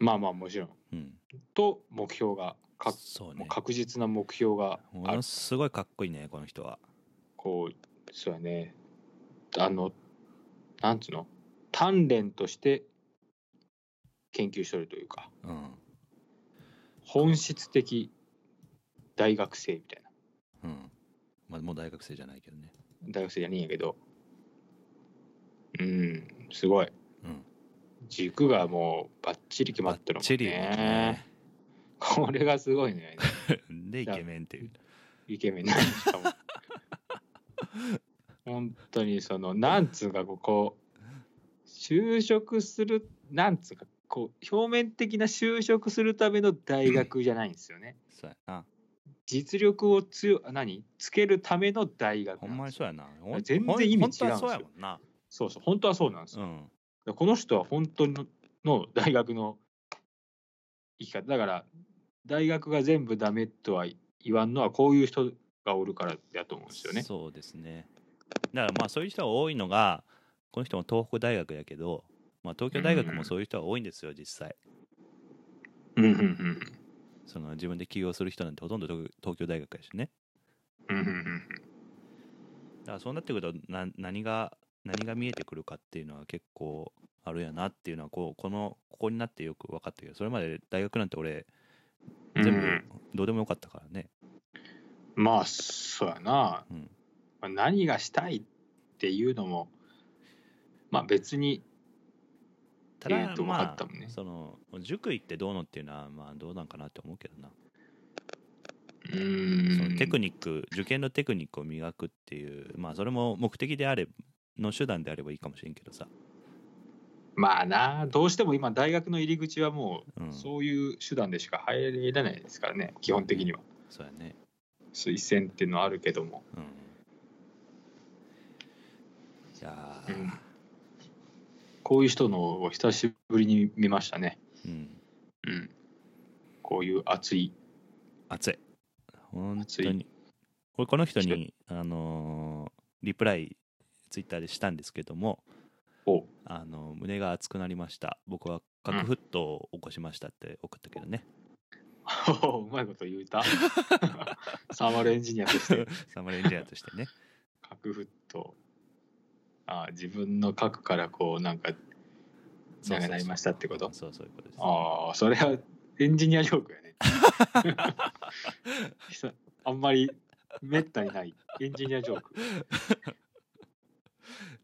[SPEAKER 1] まあまあもちろん
[SPEAKER 2] うん
[SPEAKER 1] と目標がか
[SPEAKER 2] そう
[SPEAKER 1] も
[SPEAKER 2] ね
[SPEAKER 1] う確実な目標が
[SPEAKER 2] も
[SPEAKER 1] ある
[SPEAKER 2] のすごいかっこいいねこの人は
[SPEAKER 1] こうそうやねあのなんつうの鍛錬として研究しとるというか
[SPEAKER 2] うん
[SPEAKER 1] 本質的大学生みたいな
[SPEAKER 2] うんまあもう大学生じゃないけどね
[SPEAKER 1] 大学生じゃねえんやけどうんすごい
[SPEAKER 2] うん
[SPEAKER 1] 軸がもうバッチリ決まってる
[SPEAKER 2] バ
[SPEAKER 1] もんね
[SPEAKER 2] ッチリね
[SPEAKER 1] これがすごいのよね
[SPEAKER 2] でイケメンっていう
[SPEAKER 1] イケメンなんしか も本当にそのなんつうかここ就職するなんつうかこう表面的な就職するための大学じゃないんですよね
[SPEAKER 2] そうやな
[SPEAKER 1] 実力を強あ何つけるための大学
[SPEAKER 2] ほ
[SPEAKER 1] なんんで
[SPEAKER 2] まに
[SPEAKER 1] す
[SPEAKER 2] そうやなほん
[SPEAKER 1] 全然意味違うんですよ
[SPEAKER 2] ほんとはそうやもんな
[SPEAKER 1] そうそう本当はそうなんです
[SPEAKER 2] う
[SPEAKER 1] よ、
[SPEAKER 2] ん
[SPEAKER 1] この人は本当のの大学の生き方だから大学が全部ダメとは言わんのはこういう人がおるからだと思うんですよね
[SPEAKER 2] そうですねだからまあそういう人が多いのがこの人も東北大学やけど、まあ、東京大学もそういう人は多いんですよ実際
[SPEAKER 1] うんうんうん
[SPEAKER 2] その自分で起業する人なんてほとんど東東京大学やしね
[SPEAKER 1] うんうんうん
[SPEAKER 2] だからそうなってくるとな何が何が見えてくるかっていうのは結構あるやなっていうのはこうこのここになってよく分かったけどそれまで大学なんて俺
[SPEAKER 1] うん
[SPEAKER 2] 全部どうでもよかったからね
[SPEAKER 1] まあそうやな、
[SPEAKER 2] うん
[SPEAKER 1] まあ、何がしたいっていうのもまあ別に
[SPEAKER 2] た
[SPEAKER 1] え
[SPEAKER 2] だ、
[SPEAKER 1] ーと
[SPEAKER 2] まあ
[SPEAKER 1] あったもんね
[SPEAKER 2] その塾行ってどうのっていうのはまあどうなんかなって思うけどな、
[SPEAKER 1] うーん
[SPEAKER 2] そのテクニック受験のテクニックを磨くっていうまあそれも目的であれの手段であればいいかもしれんけどさ、
[SPEAKER 1] まあなどうしても今大学の入り口はもう
[SPEAKER 2] うん、そう
[SPEAKER 1] そういう手段でしか入れないですからね基本的には
[SPEAKER 2] やね
[SPEAKER 1] 推薦っていうのはあるけども
[SPEAKER 2] うんいや
[SPEAKER 1] う
[SPEAKER 2] ー
[SPEAKER 1] んこういう人のを久しぶりに見ましたね
[SPEAKER 2] うん
[SPEAKER 1] うんこういう熱い
[SPEAKER 2] 熱い本
[SPEAKER 1] 熱
[SPEAKER 2] 当
[SPEAKER 1] い
[SPEAKER 2] に俺この人にあのーリプライツイッターでしたんですけども
[SPEAKER 1] を
[SPEAKER 2] あの胸が熱くなりました僕は核沸騰を起こしましたって送ったけどね、
[SPEAKER 1] うまいこと言うた サーマルエンジニアとして
[SPEAKER 2] サムレンジャーとし てね
[SPEAKER 1] 核沸騰あ自分の核からこうなんか
[SPEAKER 2] そうそうそう
[SPEAKER 1] なりましたってこと
[SPEAKER 2] そうそういうことです
[SPEAKER 1] ああそれはエンジニア用語 やね久あんまりめったにないエンジニアジョーク、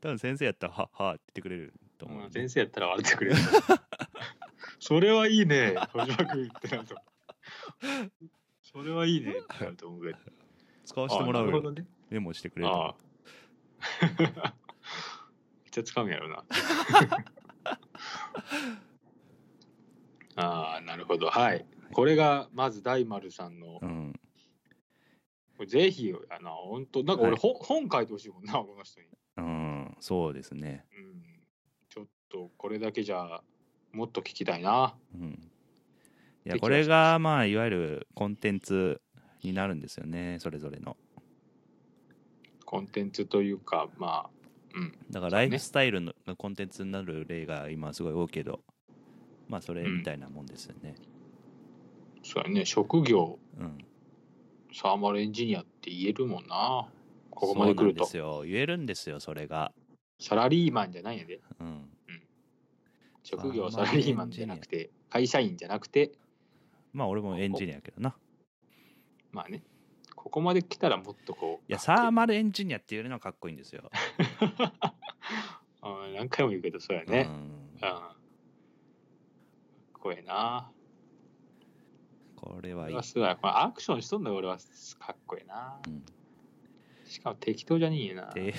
[SPEAKER 2] 多分先生やったら「ははって言ってくれると思う、
[SPEAKER 1] うん先生やったら笑ってくれるそれはいいね小島君ってなるとそれはいいねってなると思うけど
[SPEAKER 2] 使わせてもらう
[SPEAKER 1] あーなるほ
[SPEAKER 2] よ
[SPEAKER 1] どね
[SPEAKER 2] メモしてくれると思う
[SPEAKER 1] ああめっちゃつかむやろ なああなるほどはいこれがまず大丸さんの
[SPEAKER 2] うん
[SPEAKER 1] これぜひあの本当なんか俺、
[SPEAKER 2] はい
[SPEAKER 1] 本本書いてほしいもんなこの人に、
[SPEAKER 2] うんそうですね
[SPEAKER 1] うん、ちょっとこれだけじゃもっと聞きたいな
[SPEAKER 2] うんい
[SPEAKER 1] できました
[SPEAKER 2] やこれがまあいわゆるコンテンツになるんですよねそれぞれの
[SPEAKER 1] コンテンツというかまあうん
[SPEAKER 2] だからライフスタイルのがコンテンツになる例が今すごい多いけどまあそれみたいなもんですよね
[SPEAKER 1] そうやね職業
[SPEAKER 2] うん
[SPEAKER 1] サーマルエンジニアって言えるもんなここまで来ると
[SPEAKER 2] そうなんですよ言えるんですよそれが
[SPEAKER 1] サラリーマンじゃないんやで
[SPEAKER 2] うん
[SPEAKER 1] 職業
[SPEAKER 2] サ
[SPEAKER 1] サ
[SPEAKER 2] ーマ
[SPEAKER 1] ラ
[SPEAKER 2] ルエン
[SPEAKER 1] リ
[SPEAKER 2] ジニア
[SPEAKER 1] ーマンじゃなくて会社員じゃなくて
[SPEAKER 2] まあ俺もエンジニアやけどない
[SPEAKER 1] まあねここまで来たらもっとこうい
[SPEAKER 2] やサーマルエンジニアっていうのはかっこいいんですよ、
[SPEAKER 1] 何回も言うけどそうやね、
[SPEAKER 2] うん
[SPEAKER 1] うん、かっこええな
[SPEAKER 2] これは
[SPEAKER 1] こ
[SPEAKER 2] い
[SPEAKER 1] れ
[SPEAKER 2] い
[SPEAKER 1] はすごいこれアクションしとんだよ俺はかっこええな
[SPEAKER 2] うん
[SPEAKER 1] しかも適当じゃねえよな
[SPEAKER 2] で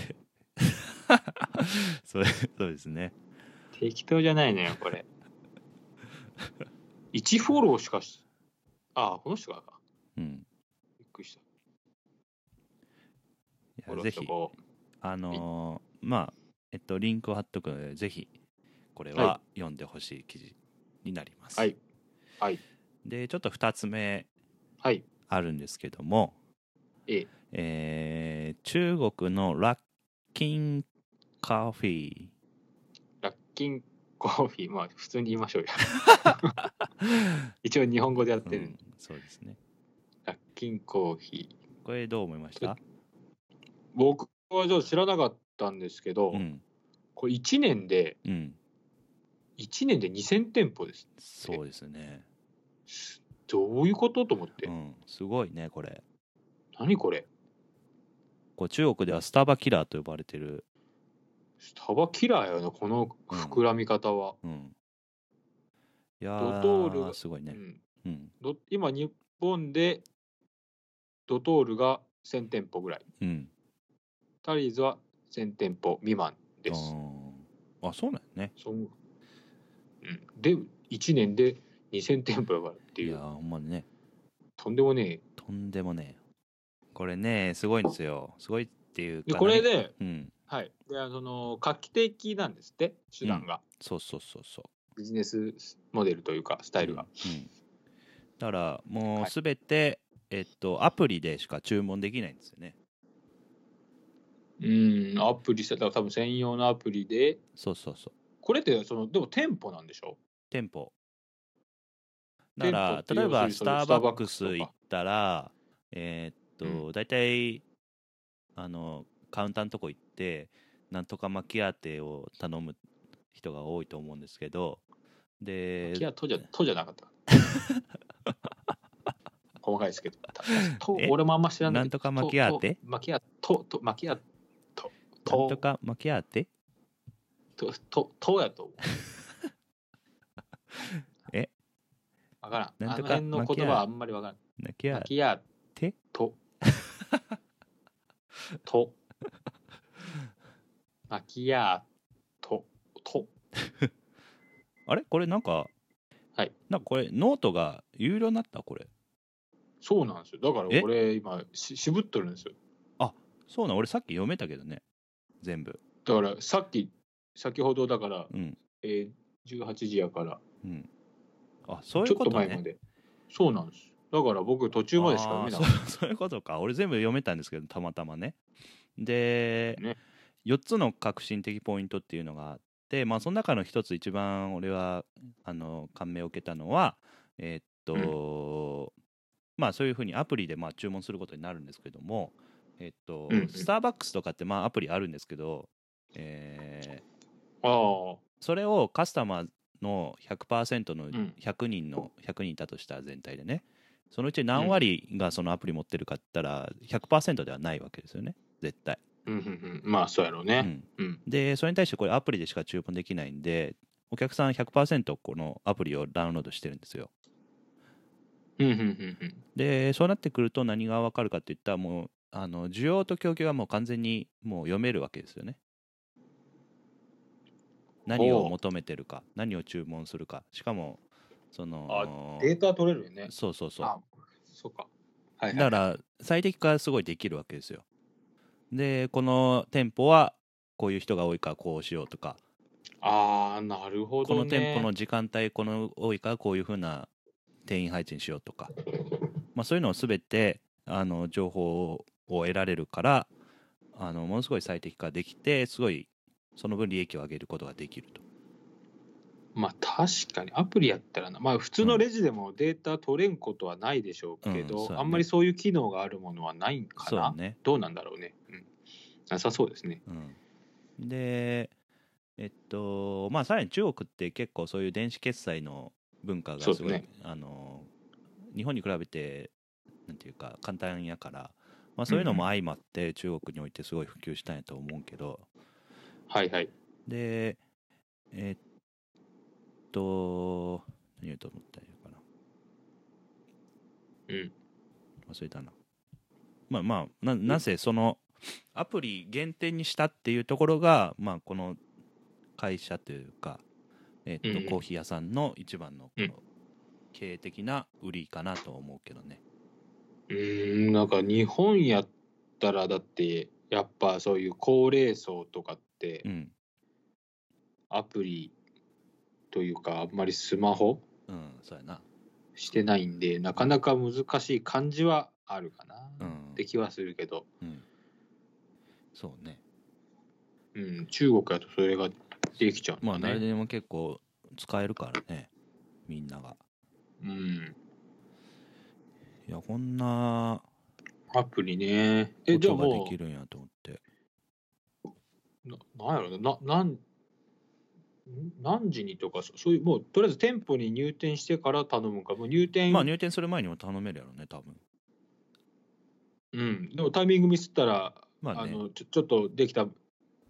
[SPEAKER 2] そうそうですね
[SPEAKER 1] 適当じゃないのよこ れ1フォローしかしああこの人がか
[SPEAKER 2] うん
[SPEAKER 1] びっくりした
[SPEAKER 2] いや
[SPEAKER 1] この
[SPEAKER 2] ぜ
[SPEAKER 1] 人
[SPEAKER 2] ひ
[SPEAKER 1] こ
[SPEAKER 2] あのーまあえっとリンクを貼っとくのでぜひこれ
[SPEAKER 1] は
[SPEAKER 2] は読んでほしい記事になります、
[SPEAKER 1] はいはい
[SPEAKER 2] でちょっと2つ目
[SPEAKER 1] うはい
[SPEAKER 2] あるんですけども、
[SPEAKER 1] ええ
[SPEAKER 2] えー中国のラッキンカフィ
[SPEAKER 1] ラッキンコーヒーまあ普通に言いま しょうよ
[SPEAKER 2] ー、
[SPEAKER 1] 一応日本語でやって
[SPEAKER 2] う
[SPEAKER 1] る、
[SPEAKER 2] ん、そうですね
[SPEAKER 1] ラッキンコーヒー
[SPEAKER 2] これどう思いました
[SPEAKER 1] 僕はじゃあ知らなかったんですけど、
[SPEAKER 2] うん
[SPEAKER 1] これ1年で
[SPEAKER 2] うん
[SPEAKER 1] 1年で2000店舗です
[SPEAKER 2] そうですね
[SPEAKER 1] どういうことと思って、
[SPEAKER 2] うんすごいねこれ
[SPEAKER 1] 何これ
[SPEAKER 2] こう中国ではスタバキラーと呼ばれてる、
[SPEAKER 1] スタバキラーやなこの膨らみ方は、
[SPEAKER 2] うん、いや
[SPEAKER 1] ドトール
[SPEAKER 2] ー
[SPEAKER 1] が
[SPEAKER 2] すごいね
[SPEAKER 1] う、ん
[SPEAKER 2] うん
[SPEAKER 1] ど今日本でドトールが1000店舗ぐらい
[SPEAKER 2] うん、
[SPEAKER 1] タリーズは1000店舗未満です、
[SPEAKER 2] あーあそうなんやね
[SPEAKER 1] そんうん、で1年で2000店舗やからって
[SPEAKER 2] い
[SPEAKER 1] い
[SPEAKER 2] や
[SPEAKER 1] う
[SPEAKER 2] ーほんまにね
[SPEAKER 1] とんでもねえ
[SPEAKER 2] とんでもねえこれねすごいんですよすごいっていう
[SPEAKER 1] で
[SPEAKER 2] か
[SPEAKER 1] これで、
[SPEAKER 2] うん
[SPEAKER 1] はいであの画期的なんですって手段が、
[SPEAKER 2] そうそうそうそう
[SPEAKER 1] ビジネスモデルというかスタイルが、
[SPEAKER 2] うん、だからも
[SPEAKER 1] は
[SPEAKER 2] う
[SPEAKER 1] い
[SPEAKER 2] すべて、えっとアプリでしか注文できないんですよね
[SPEAKER 1] うんアプリしただから多分専用のアプリで
[SPEAKER 2] そうそうそう
[SPEAKER 1] これってそのでも店舗なんでしょ
[SPEAKER 2] 店舗だか
[SPEAKER 1] 店
[SPEAKER 2] ら例え
[SPEAKER 1] 舗って要
[SPEAKER 2] ば
[SPEAKER 1] するに
[SPEAKER 2] スタ
[SPEAKER 1] その
[SPEAKER 2] ーバ
[SPEAKER 1] スターバッ
[SPEAKER 2] ック
[SPEAKER 1] クス
[SPEAKER 2] ス
[SPEAKER 1] と
[SPEAKER 2] 行
[SPEAKER 1] か
[SPEAKER 2] ったらえっと、大体あのカウンターのとこ行ってなんとかマキアテを頼む人が多いと思うんですけどで
[SPEAKER 1] いやとじゃとじゃなかった 細かいですけどたと
[SPEAKER 2] え
[SPEAKER 1] 俺もあんま知らない
[SPEAKER 2] なんとかマキアーテ
[SPEAKER 1] マキアととマキアと
[SPEAKER 2] な
[SPEAKER 1] と
[SPEAKER 2] んとかマキアテ
[SPEAKER 1] とととやと思うわからん。
[SPEAKER 2] なん
[SPEAKER 1] あ
[SPEAKER 2] と
[SPEAKER 1] の
[SPEAKER 2] か
[SPEAKER 1] 辺の言葉はあんまりわからん。
[SPEAKER 2] なきゃ
[SPEAKER 1] 巻きや
[SPEAKER 2] て
[SPEAKER 1] と。と。巻きやと。と。
[SPEAKER 2] あれこれなんか、
[SPEAKER 1] はい、
[SPEAKER 2] なんかこれノートが有料になったこれ
[SPEAKER 1] そうなんですよ。だから
[SPEAKER 2] え
[SPEAKER 1] 俺今し、渋っとるんですよ。
[SPEAKER 2] そうなん俺さっき読めたけどね全部
[SPEAKER 1] だからさっき、先ほどだから、
[SPEAKER 2] うん
[SPEAKER 1] えー、18時やから、
[SPEAKER 2] うんあそうい
[SPEAKER 1] ちょ
[SPEAKER 2] う
[SPEAKER 1] っ
[SPEAKER 2] ことと
[SPEAKER 1] 前
[SPEAKER 2] ね
[SPEAKER 1] まで。そうなんです。だから僕途中までしか
[SPEAKER 2] あ
[SPEAKER 1] 見
[SPEAKER 2] ー
[SPEAKER 1] な
[SPEAKER 2] そ
[SPEAKER 1] かった。
[SPEAKER 2] う そういうことか俺全部読めたんですけどたまたまねで
[SPEAKER 1] ね
[SPEAKER 2] 4つの革新的ポイントっていうのがあってまあその中の一つ一番俺はあの感銘を受けたのはえーっと、まあそういうふうにアプリでまあ注文することになるんですけどもえーっと、
[SPEAKER 1] うんうん
[SPEAKER 2] スターバックスとかってまあアプリあるんですけど、えー
[SPEAKER 1] ああ。
[SPEAKER 2] それをカスタマーの100%の
[SPEAKER 1] ん
[SPEAKER 2] 100人の100人いたとしたら全体でねそのうち何割がそのアプリ持ってるかって言ったら100%ではないわけですよね絶対、
[SPEAKER 1] うんうんうん。まあそうやろう
[SPEAKER 2] う
[SPEAKER 1] ね。
[SPEAKER 2] ん
[SPEAKER 1] うん。
[SPEAKER 2] でそれに対してこれアプリでしか注文できないんでお客さん100%このアプリをダウンロードしてるんですよ
[SPEAKER 1] うんうんうんうん。
[SPEAKER 2] でそうなってくると何が分かるかって言ったらもうあの需要と供給がもう完全にもう読めるわけですよね何を求めてるか何を注文するかしかもその
[SPEAKER 1] データ取れるよね。
[SPEAKER 2] そうそうそう
[SPEAKER 1] あそうか。はい、はい。
[SPEAKER 2] だから最適化すごいできるわけですよ。でこの店舗はこういう人が多いからこうしようとか、
[SPEAKER 1] ああ、なるほ
[SPEAKER 2] こ
[SPEAKER 1] ど、ね。
[SPEAKER 2] の店舗の時間帯この多いからこういうふうな店員配置にしようとか、まあ、そういうのを全てあの情報を得られるからあのものすごい最適化できてすごいその分利益を上げることができると。
[SPEAKER 1] まあ確かにアプリやったらな、まあ普通のレジでもデータ取れんことはないでしょうけ
[SPEAKER 2] うん
[SPEAKER 1] ど、
[SPEAKER 2] そうだね
[SPEAKER 1] あんまりそういう機能があるものはないんか
[SPEAKER 2] そうだ
[SPEAKER 1] な。
[SPEAKER 2] ね
[SPEAKER 1] どうなんだろうね。うん。なさそうですね。
[SPEAKER 2] うん、でえっとまあさらに中国って結構そういう電子決済の文化がす
[SPEAKER 1] そう
[SPEAKER 2] ごい、
[SPEAKER 1] ですね
[SPEAKER 2] あの日本に比べてなんていうか簡単やから、まあ、そういうのも相まって中国においてすごい普及したんやと思うけど、
[SPEAKER 1] はいはい。
[SPEAKER 2] でえっと何言うと思ったらいいのか
[SPEAKER 1] うん。
[SPEAKER 2] な忘れたなまあまあななぜそのアプリ限定にしたっていうところが、まあ、この会社というか、えっと
[SPEAKER 1] うんうん
[SPEAKER 2] コーヒー屋さんの一番のこ
[SPEAKER 1] うん
[SPEAKER 2] の経営的な売りかなと思うけどね、
[SPEAKER 1] うーん、なんか日本やったらだって、やっぱそういう高齢層とかって
[SPEAKER 2] う、ん
[SPEAKER 1] アプリというか、あんまりスマホ
[SPEAKER 2] うん、そうやな、
[SPEAKER 1] してないんで、なかなか難しい感じはあるかな、
[SPEAKER 2] う
[SPEAKER 1] っ
[SPEAKER 2] ん
[SPEAKER 1] て気はするけど、
[SPEAKER 2] うん、そうね
[SPEAKER 1] うん、中国だとそれができちゃうん
[SPEAKER 2] ま
[SPEAKER 1] だ
[SPEAKER 2] あ
[SPEAKER 1] ね。
[SPEAKER 2] 誰でも結構使えるからねみんなが
[SPEAKER 1] うん、
[SPEAKER 2] いやこんな
[SPEAKER 1] アプリね。え、
[SPEAKER 2] こ
[SPEAKER 1] じゃあ
[SPEAKER 2] とがで
[SPEAKER 1] も
[SPEAKER 2] きるんやと思って
[SPEAKER 1] う、ななんやろな、ななん、ん何時にとか、そそういう、もう、とりあえず店舗に入店してから頼むか、もう入店、
[SPEAKER 2] まあ入店する前にも頼めるやろね多分
[SPEAKER 1] うん、でもタイミングミスったら、
[SPEAKER 2] ま
[SPEAKER 1] あ
[SPEAKER 2] あね
[SPEAKER 1] のちょ、ちょっとできた、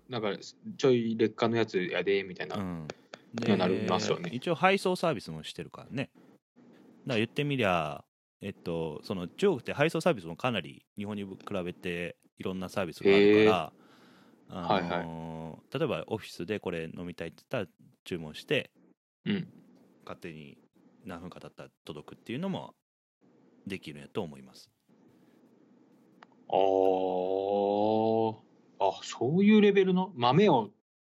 [SPEAKER 1] なんか、ちょい劣化のやつやで、みたいな。
[SPEAKER 2] うん
[SPEAKER 1] になりますよね
[SPEAKER 2] 一応配送サービスもしてるからねだから言ってみりゃえっとその中国って配送サービスもかなり日本に比べていろんなサービスがあるから、あの例えばオフィスでこれ飲みたいって言ったら注文して
[SPEAKER 1] うん。
[SPEAKER 2] 勝手に何分か経ったら届くっていうのもできるんやと思います
[SPEAKER 1] あーあ、そういうレベルの豆を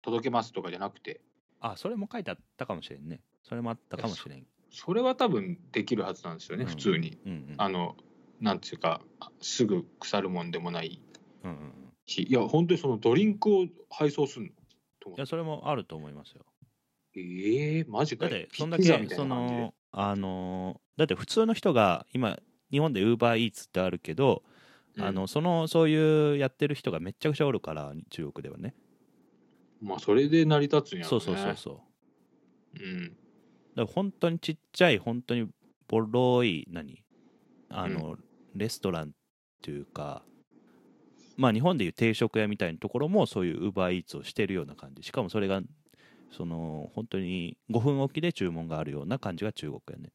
[SPEAKER 1] 届けますとかじゃなくて、
[SPEAKER 2] あそれも書いてあったかもしれんねそれもあったかもしれん
[SPEAKER 1] それは多分できるはずなんですよね、
[SPEAKER 2] うん
[SPEAKER 1] 普通に。
[SPEAKER 2] うんうん
[SPEAKER 1] あの、なんていうか、すぐ腐るもんでもない
[SPEAKER 2] うんうんうん
[SPEAKER 1] し、いや、本当にそのドリンクを配送するのと思っ
[SPEAKER 2] い
[SPEAKER 1] て
[SPEAKER 2] やそれもあると思いますよ
[SPEAKER 1] ええマジか
[SPEAKER 2] だっ
[SPEAKER 1] よ。
[SPEAKER 2] て
[SPEAKER 1] ピ
[SPEAKER 2] そんだ
[SPEAKER 1] ピザ
[SPEAKER 2] け
[SPEAKER 1] みたい
[SPEAKER 2] そ
[SPEAKER 1] な感じで
[SPEAKER 2] のあのーだって普通の人が今日本で UberEats ってあるけど、あ、のそのそういうやってる人がめっちゃくちゃおるから中国ではね
[SPEAKER 1] うんまあ、それで成り立つんやろ
[SPEAKER 2] そうう
[SPEAKER 1] ね。
[SPEAKER 2] そうそうそう
[SPEAKER 1] うん。
[SPEAKER 2] だから本当にちっちゃい本当にボロい何あの、レストランっていうかまあ日本でいう定食屋みたいなところもそういう UberEats をしてるような感じしかもそれがその本当に5分おきで注文があるような感じが中国やね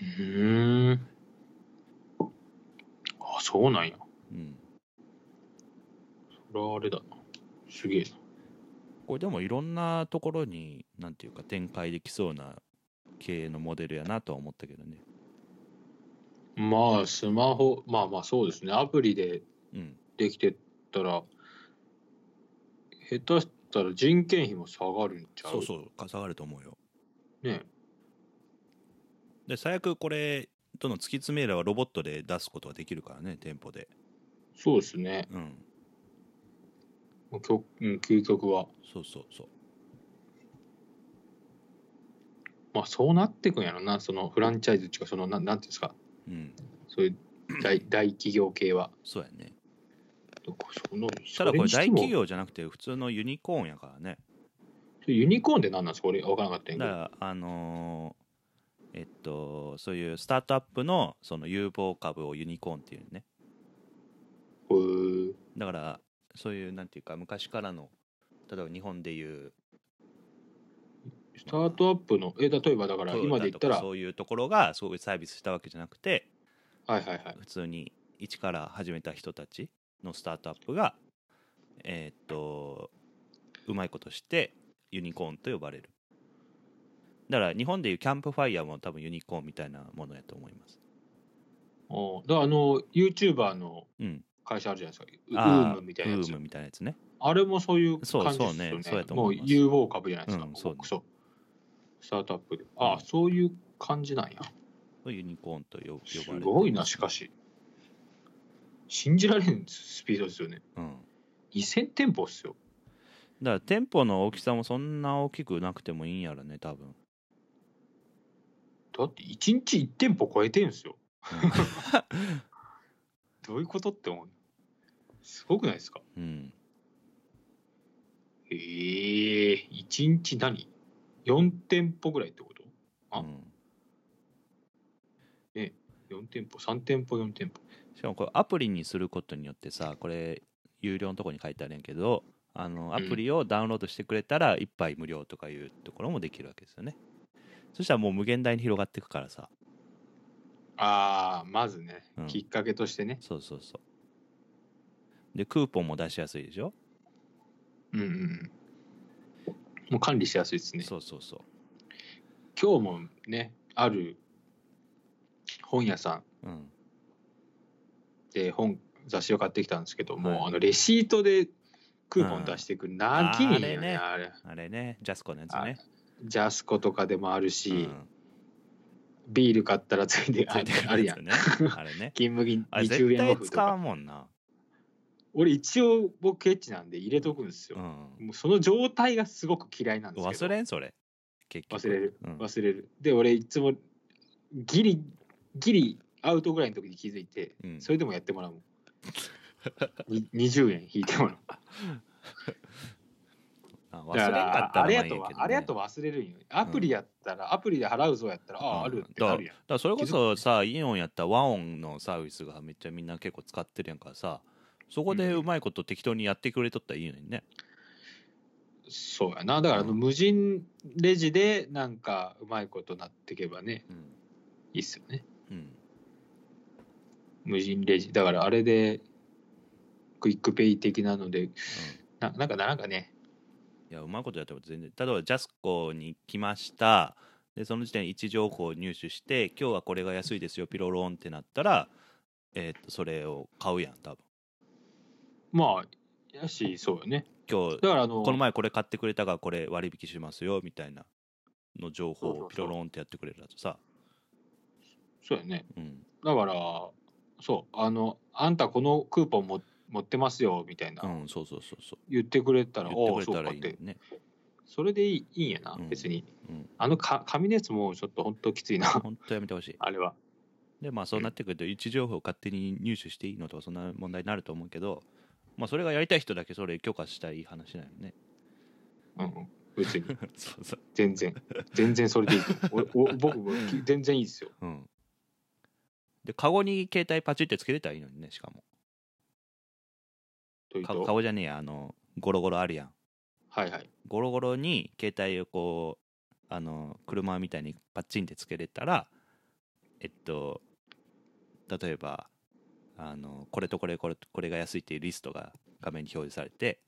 [SPEAKER 1] うーん。あ、そうなんや。
[SPEAKER 2] うん、
[SPEAKER 1] それはあれだな。すげえな。
[SPEAKER 2] これでもいろんなところになんていうか展開できそうな経営のモデルやなとは思ったけどね
[SPEAKER 1] まあ、スマホ、まあまあそうですね。アプリで
[SPEAKER 2] うん
[SPEAKER 1] できてったら、下手したら人件費も下がるんちゃう
[SPEAKER 2] そうそうか下がると思うよ
[SPEAKER 1] ね
[SPEAKER 2] で最悪これとの突き詰めればロボットで出すことができるからね店舗で
[SPEAKER 1] そうですね。
[SPEAKER 2] うん
[SPEAKER 1] もう極うん究極は。
[SPEAKER 2] そうそうそう
[SPEAKER 1] まあそうなってくんやろな。そのフランチャイズっていうか、その、なんなんていうんですか。
[SPEAKER 2] うん
[SPEAKER 1] そういう大大企業系は。
[SPEAKER 2] そうやね
[SPEAKER 1] その
[SPEAKER 2] ただこれ
[SPEAKER 1] そにし
[SPEAKER 2] 大
[SPEAKER 1] ても
[SPEAKER 2] 企業じゃなくて普通のユニコーンやからね
[SPEAKER 1] ユニコーンって何なんですか俺分からなかったん
[SPEAKER 2] だ
[SPEAKER 1] や
[SPEAKER 2] か
[SPEAKER 1] けど。
[SPEAKER 2] らあのーえっとそういうスタートアップのその有望株をユニコーンっていうね
[SPEAKER 1] へー
[SPEAKER 2] だからそういうなんていうか昔からの例えば日本でいう
[SPEAKER 1] スタートアップの、え、例えばだから
[SPEAKER 2] トヨ
[SPEAKER 1] 今で
[SPEAKER 2] タ
[SPEAKER 1] 言っ
[SPEAKER 2] と
[SPEAKER 1] た、
[SPEAKER 2] からそういうところがそういうサービスしたわけじゃなくて
[SPEAKER 1] はいはいはい。
[SPEAKER 2] 普通に一から始めた人たちのスタートアップがえーっとうまいことしてユニコーンと呼ばれるだから日本でいうキャンプファイヤーも多分ユニコーンみたいなものやと思います
[SPEAKER 1] おだからあの、YouTuber の
[SPEAKER 2] うん
[SPEAKER 1] 会社あるじゃないですか。ウウー
[SPEAKER 2] あ
[SPEAKER 1] ムみたいな
[SPEAKER 2] ウ
[SPEAKER 1] や
[SPEAKER 2] ー
[SPEAKER 1] つ
[SPEAKER 2] ム。みたいなやつね
[SPEAKER 1] あれもそういう
[SPEAKER 2] そう
[SPEAKER 1] 感じですよ
[SPEAKER 2] そうね
[SPEAKER 1] ね。
[SPEAKER 2] そうやと
[SPEAKER 1] も
[SPEAKER 2] 思
[SPEAKER 1] う
[SPEAKER 2] います
[SPEAKER 1] 有望株じゃないですか。
[SPEAKER 2] うん
[SPEAKER 1] そ
[SPEAKER 2] そううね
[SPEAKER 1] スタートアップで。ああ、そういう感じなんや。
[SPEAKER 2] ユニコーンと呼呼ばれ
[SPEAKER 1] す
[SPEAKER 2] てます
[SPEAKER 1] ごいな、しかし。信じられんスピードですよね。
[SPEAKER 2] うん
[SPEAKER 1] 2000店舗っすよ。
[SPEAKER 2] だから店舗の大きさもそんな大きくなくてもいいんやろね多分
[SPEAKER 1] だって1日1店舗超えてんすよ。どういうことって思う。すごくないですか
[SPEAKER 2] うんうん
[SPEAKER 1] ええ一日何 ?4 店舗ぐらいってことあ
[SPEAKER 2] うん、
[SPEAKER 1] ?4 店舗、3店舗、4店舗。
[SPEAKER 2] しかもこれアプリにすることによってさこれ有料のとこに書いてあるんやけどあのアプリをダウンロードしてくれたら一杯無料とかいうところもできるわけですよねそしたらもう無限大に広がっていくからさ
[SPEAKER 1] ああ、まずね、
[SPEAKER 2] うん
[SPEAKER 1] きっかけとしてね。
[SPEAKER 2] そうそうそうでクーポンも出しやすいでしょ、
[SPEAKER 1] うんうんうん。もう管理しやすいですね。
[SPEAKER 2] そうそうそ
[SPEAKER 1] 今日もね、ある本屋さん
[SPEAKER 2] ううん
[SPEAKER 1] で本、雑誌を買ってきたんですけど、も
[SPEAKER 2] は
[SPEAKER 1] う
[SPEAKER 2] い
[SPEAKER 1] あのレシートでクーポン出してくる。なきにね
[SPEAKER 2] あーあれね
[SPEAKER 1] あれ。
[SPEAKER 2] あれねジャスコのやつね
[SPEAKER 1] ジャスコとかでもある
[SPEAKER 2] う
[SPEAKER 1] し、
[SPEAKER 2] ん
[SPEAKER 1] ビール買ったらついて、ああるやん。
[SPEAKER 2] ねあれ ね
[SPEAKER 1] 金麦
[SPEAKER 2] あれ
[SPEAKER 1] 20円
[SPEAKER 2] 絶
[SPEAKER 1] オ
[SPEAKER 2] 対
[SPEAKER 1] フと
[SPEAKER 2] 使
[SPEAKER 1] か
[SPEAKER 2] う。もんな
[SPEAKER 1] 俺一応僕ケチなんで入れとくんです
[SPEAKER 2] う
[SPEAKER 1] よ、
[SPEAKER 2] ん
[SPEAKER 1] もうその状態がすごく嫌いなんですけど
[SPEAKER 2] 忘れんそれ結局
[SPEAKER 1] 忘れる
[SPEAKER 2] うん
[SPEAKER 1] 忘れるで俺いつもギリギリアウトぐらいの時に気づいて
[SPEAKER 2] うん
[SPEAKER 1] それでもやっても らうもんに20円引いてもらう
[SPEAKER 2] あ忘
[SPEAKER 1] だか
[SPEAKER 2] れん
[SPEAKER 1] ら
[SPEAKER 2] かった
[SPEAKER 1] あ
[SPEAKER 2] ら
[SPEAKER 1] れ
[SPEAKER 2] ま
[SPEAKER 1] や
[SPEAKER 2] あいい
[SPEAKER 1] と
[SPEAKER 2] んや
[SPEAKER 1] は
[SPEAKER 2] けどね
[SPEAKER 1] あれやと忘れるんよアプリやったら、アプリで払うぞやったらあああ
[SPEAKER 2] うん
[SPEAKER 1] るってなるやん
[SPEAKER 2] だからそれこそさイオンやったらワオンのサービスがめっちゃみんな結構使ってるやんからさそこでうまいこと適当にやってくれとったらいいのにね
[SPEAKER 1] そうやなだからあの無人レジでなんかうまいことなっていけばね
[SPEAKER 2] うん、
[SPEAKER 1] いいっすよね
[SPEAKER 2] うん、
[SPEAKER 1] 無人レジだからあれでクイックペイ的なのでななんかなんかね
[SPEAKER 2] いやうまいことやっても全然例えばジャスコに来ましたでその時点で位置情報を入手して今日はこれが安いですよピロロンってなったらえーっとそれを買うやん多分
[SPEAKER 1] まあやしそうよね
[SPEAKER 2] 今日
[SPEAKER 1] だからあの
[SPEAKER 2] この前これ買ってくれたからこれ割引しますよみたいなの情報
[SPEAKER 1] そうそうそう
[SPEAKER 2] をピロロンってやってくれるだとさ
[SPEAKER 1] そうやね
[SPEAKER 2] うん
[SPEAKER 1] だからそうあのあんたこのクーポンも持ってますよみたいな、
[SPEAKER 2] うんそうそうそうそう
[SPEAKER 1] 言ってくれたら
[SPEAKER 2] 言
[SPEAKER 1] お
[SPEAKER 2] っ
[SPEAKER 1] お
[SPEAKER 2] て
[SPEAKER 1] そう
[SPEAKER 2] くれ
[SPEAKER 1] から
[SPEAKER 2] た
[SPEAKER 1] っ
[SPEAKER 2] いいのに
[SPEAKER 1] て
[SPEAKER 2] ね
[SPEAKER 1] それでいいいいんやな、
[SPEAKER 2] うん
[SPEAKER 1] 別に
[SPEAKER 2] うん
[SPEAKER 1] あのか紙のやつもちょっと本当きついな
[SPEAKER 2] 本当やめてほしい
[SPEAKER 1] あれは
[SPEAKER 2] でまあそうなってくると位置情報を勝手に入手していいのとかそんな問題になると思うけどまあそれがやりたい人だけそれ許可したらいい話なんよね
[SPEAKER 1] うんうん別に
[SPEAKER 2] そうそう
[SPEAKER 1] 全然全然それでいいおお僕も全然いいですよ
[SPEAKER 2] うんでカゴに携帯パチってつけてたらいいのにねしかも
[SPEAKER 1] という
[SPEAKER 2] カ
[SPEAKER 1] と
[SPEAKER 2] カゴじゃねえやあのゴロゴロあるやん
[SPEAKER 1] はいはい
[SPEAKER 2] ゴロゴロに携帯をこうあの車みたいにパッチンってつけれたらえっと例えばあのこれとこれこれとこれが安いっていうリストが画面に表示されて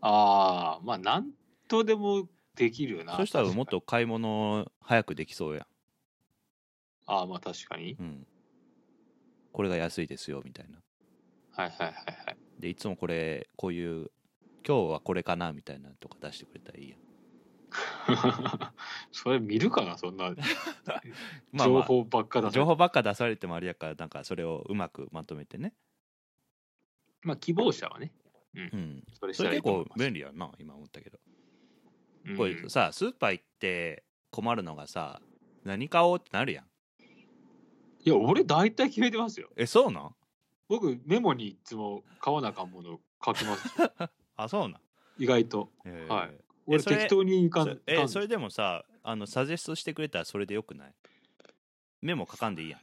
[SPEAKER 1] ああ、まあ、なんとでもできるよな。
[SPEAKER 2] そうしたら
[SPEAKER 1] 確かに
[SPEAKER 2] もっと買い物早くできそうや
[SPEAKER 1] ああ、まあ、確かに。
[SPEAKER 2] ん、うん、これが安いですよみたいな
[SPEAKER 1] はいはいはいはい。
[SPEAKER 2] でいつもこれこういう今日はこれかなみたいなのとか出してくれたらいいやん
[SPEAKER 1] それ見るかなそんな
[SPEAKER 2] まあま
[SPEAKER 1] 情
[SPEAKER 2] あ
[SPEAKER 1] 報ばっかだと
[SPEAKER 2] 情報ばっか出されてもあれやからなんかそれをうまくまとめてね、
[SPEAKER 1] まあ希望者はね
[SPEAKER 2] うん、
[SPEAKER 1] それし
[SPEAKER 2] そ
[SPEAKER 1] た
[SPEAKER 2] れ
[SPEAKER 1] らいい
[SPEAKER 2] 結
[SPEAKER 1] と思
[SPEAKER 2] 構
[SPEAKER 1] います
[SPEAKER 2] 便利やんな今思ったけど、
[SPEAKER 1] うん
[SPEAKER 2] これさスーパー行って困るのがさ何買おうってなるやん
[SPEAKER 1] いや俺大体決めてますよ
[SPEAKER 2] えそうなん
[SPEAKER 1] 僕メモにいつも買わなあかんもの書きます
[SPEAKER 2] あそうなん、
[SPEAKER 1] 意外と
[SPEAKER 2] え
[SPEAKER 1] はい
[SPEAKER 2] え
[SPEAKER 1] 俺
[SPEAKER 2] それ
[SPEAKER 1] 適当にいかん
[SPEAKER 2] そえ
[SPEAKER 1] かん
[SPEAKER 2] それでもさあのサジェストしてくれたらそれでよくないメモ書かんでいいやん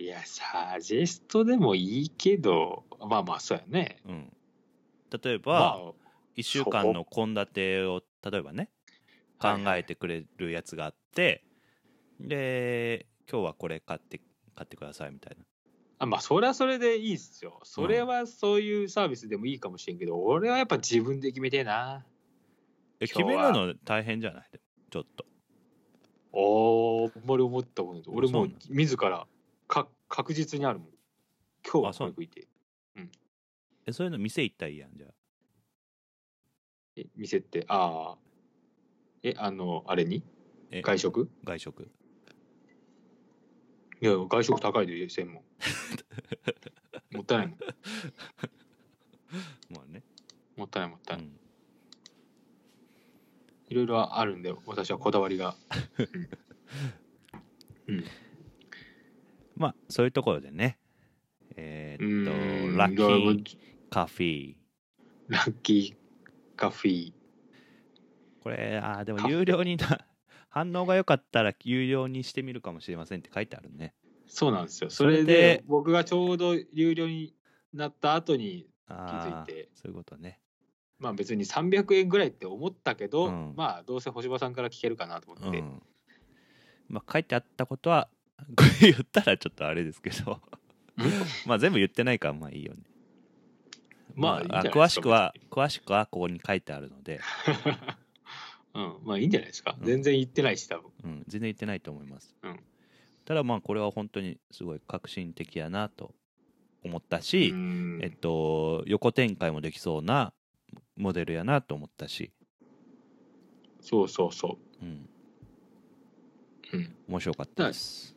[SPEAKER 1] いやサジェストでもいいけどまあまあそうやね
[SPEAKER 2] うん例え
[SPEAKER 1] ま
[SPEAKER 2] ば、
[SPEAKER 1] あ
[SPEAKER 2] 一1週間の献立を例えばね考えてくれるやつがあって、で今日はこれ買って買ってくださいみたいな
[SPEAKER 1] あまあそれはそれでいいっすよそれはそういうサービスでもいいかもしれんけど、俺はやっぱ自分で決めてえな今日
[SPEAKER 2] え決
[SPEAKER 1] は
[SPEAKER 2] めるの大変じゃないでもちょっと
[SPEAKER 1] おーあんまり思ったことない俺
[SPEAKER 2] そう
[SPEAKER 1] も
[SPEAKER 2] なん
[SPEAKER 1] 自らか確実にあるもん今日は
[SPEAKER 2] あそう
[SPEAKER 1] これ食いてえ
[SPEAKER 2] えそういうの店行ったらいいやんじゃあ
[SPEAKER 1] え店ってああえあのあれに
[SPEAKER 2] え
[SPEAKER 1] 外食
[SPEAKER 2] 外食
[SPEAKER 1] いや外食高いで 専門もったいないもん
[SPEAKER 2] まあね、
[SPEAKER 1] もったいないもった
[SPEAKER 2] う
[SPEAKER 1] いない、
[SPEAKER 2] ん、
[SPEAKER 1] いろいろあるんで私はこだわりがうん、 うん
[SPEAKER 2] まあそういうところでねえ
[SPEAKER 1] う
[SPEAKER 2] ーっと
[SPEAKER 1] ーん
[SPEAKER 2] ラッキ
[SPEAKER 1] だから
[SPEAKER 2] ーカフィー
[SPEAKER 1] ラッキーカフィー
[SPEAKER 2] これあーで
[SPEAKER 1] カ
[SPEAKER 2] も
[SPEAKER 1] フェ
[SPEAKER 2] 有料にな 反応が良かったら有料にしてみるかもしれませんって書いてあるね
[SPEAKER 1] そうなんですよ
[SPEAKER 2] そ
[SPEAKER 1] そ
[SPEAKER 2] れで
[SPEAKER 1] れで僕がちょうど有料になった後に
[SPEAKER 2] ああ
[SPEAKER 1] 気づいて
[SPEAKER 2] そういうことね
[SPEAKER 1] まあ別に300円ぐらいって思ったけど、
[SPEAKER 2] うん
[SPEAKER 1] まあどうせ星葉さんから聞けるかなと思
[SPEAKER 2] う
[SPEAKER 1] って、
[SPEAKER 2] んまあ書いてあったことは これ言ったらちょっとあれですけ どまあ全部言ってないからまあいいよね
[SPEAKER 1] まあいいんじゃないですか
[SPEAKER 2] 詳しくは詳しくはここに書いてあるので、
[SPEAKER 1] うん、まあいいんじゃないですか、
[SPEAKER 2] うん
[SPEAKER 1] 全然言ってないし多分
[SPEAKER 2] うん、全然言ってないと思います、
[SPEAKER 1] うん
[SPEAKER 2] ただまあこれは本当にすごい革新的やなと思ったし、
[SPEAKER 1] うん
[SPEAKER 2] えっと横展開もできそうなモデルやなと思ったし、
[SPEAKER 1] そうそうそう
[SPEAKER 2] うん
[SPEAKER 1] うん
[SPEAKER 2] 面白かったです、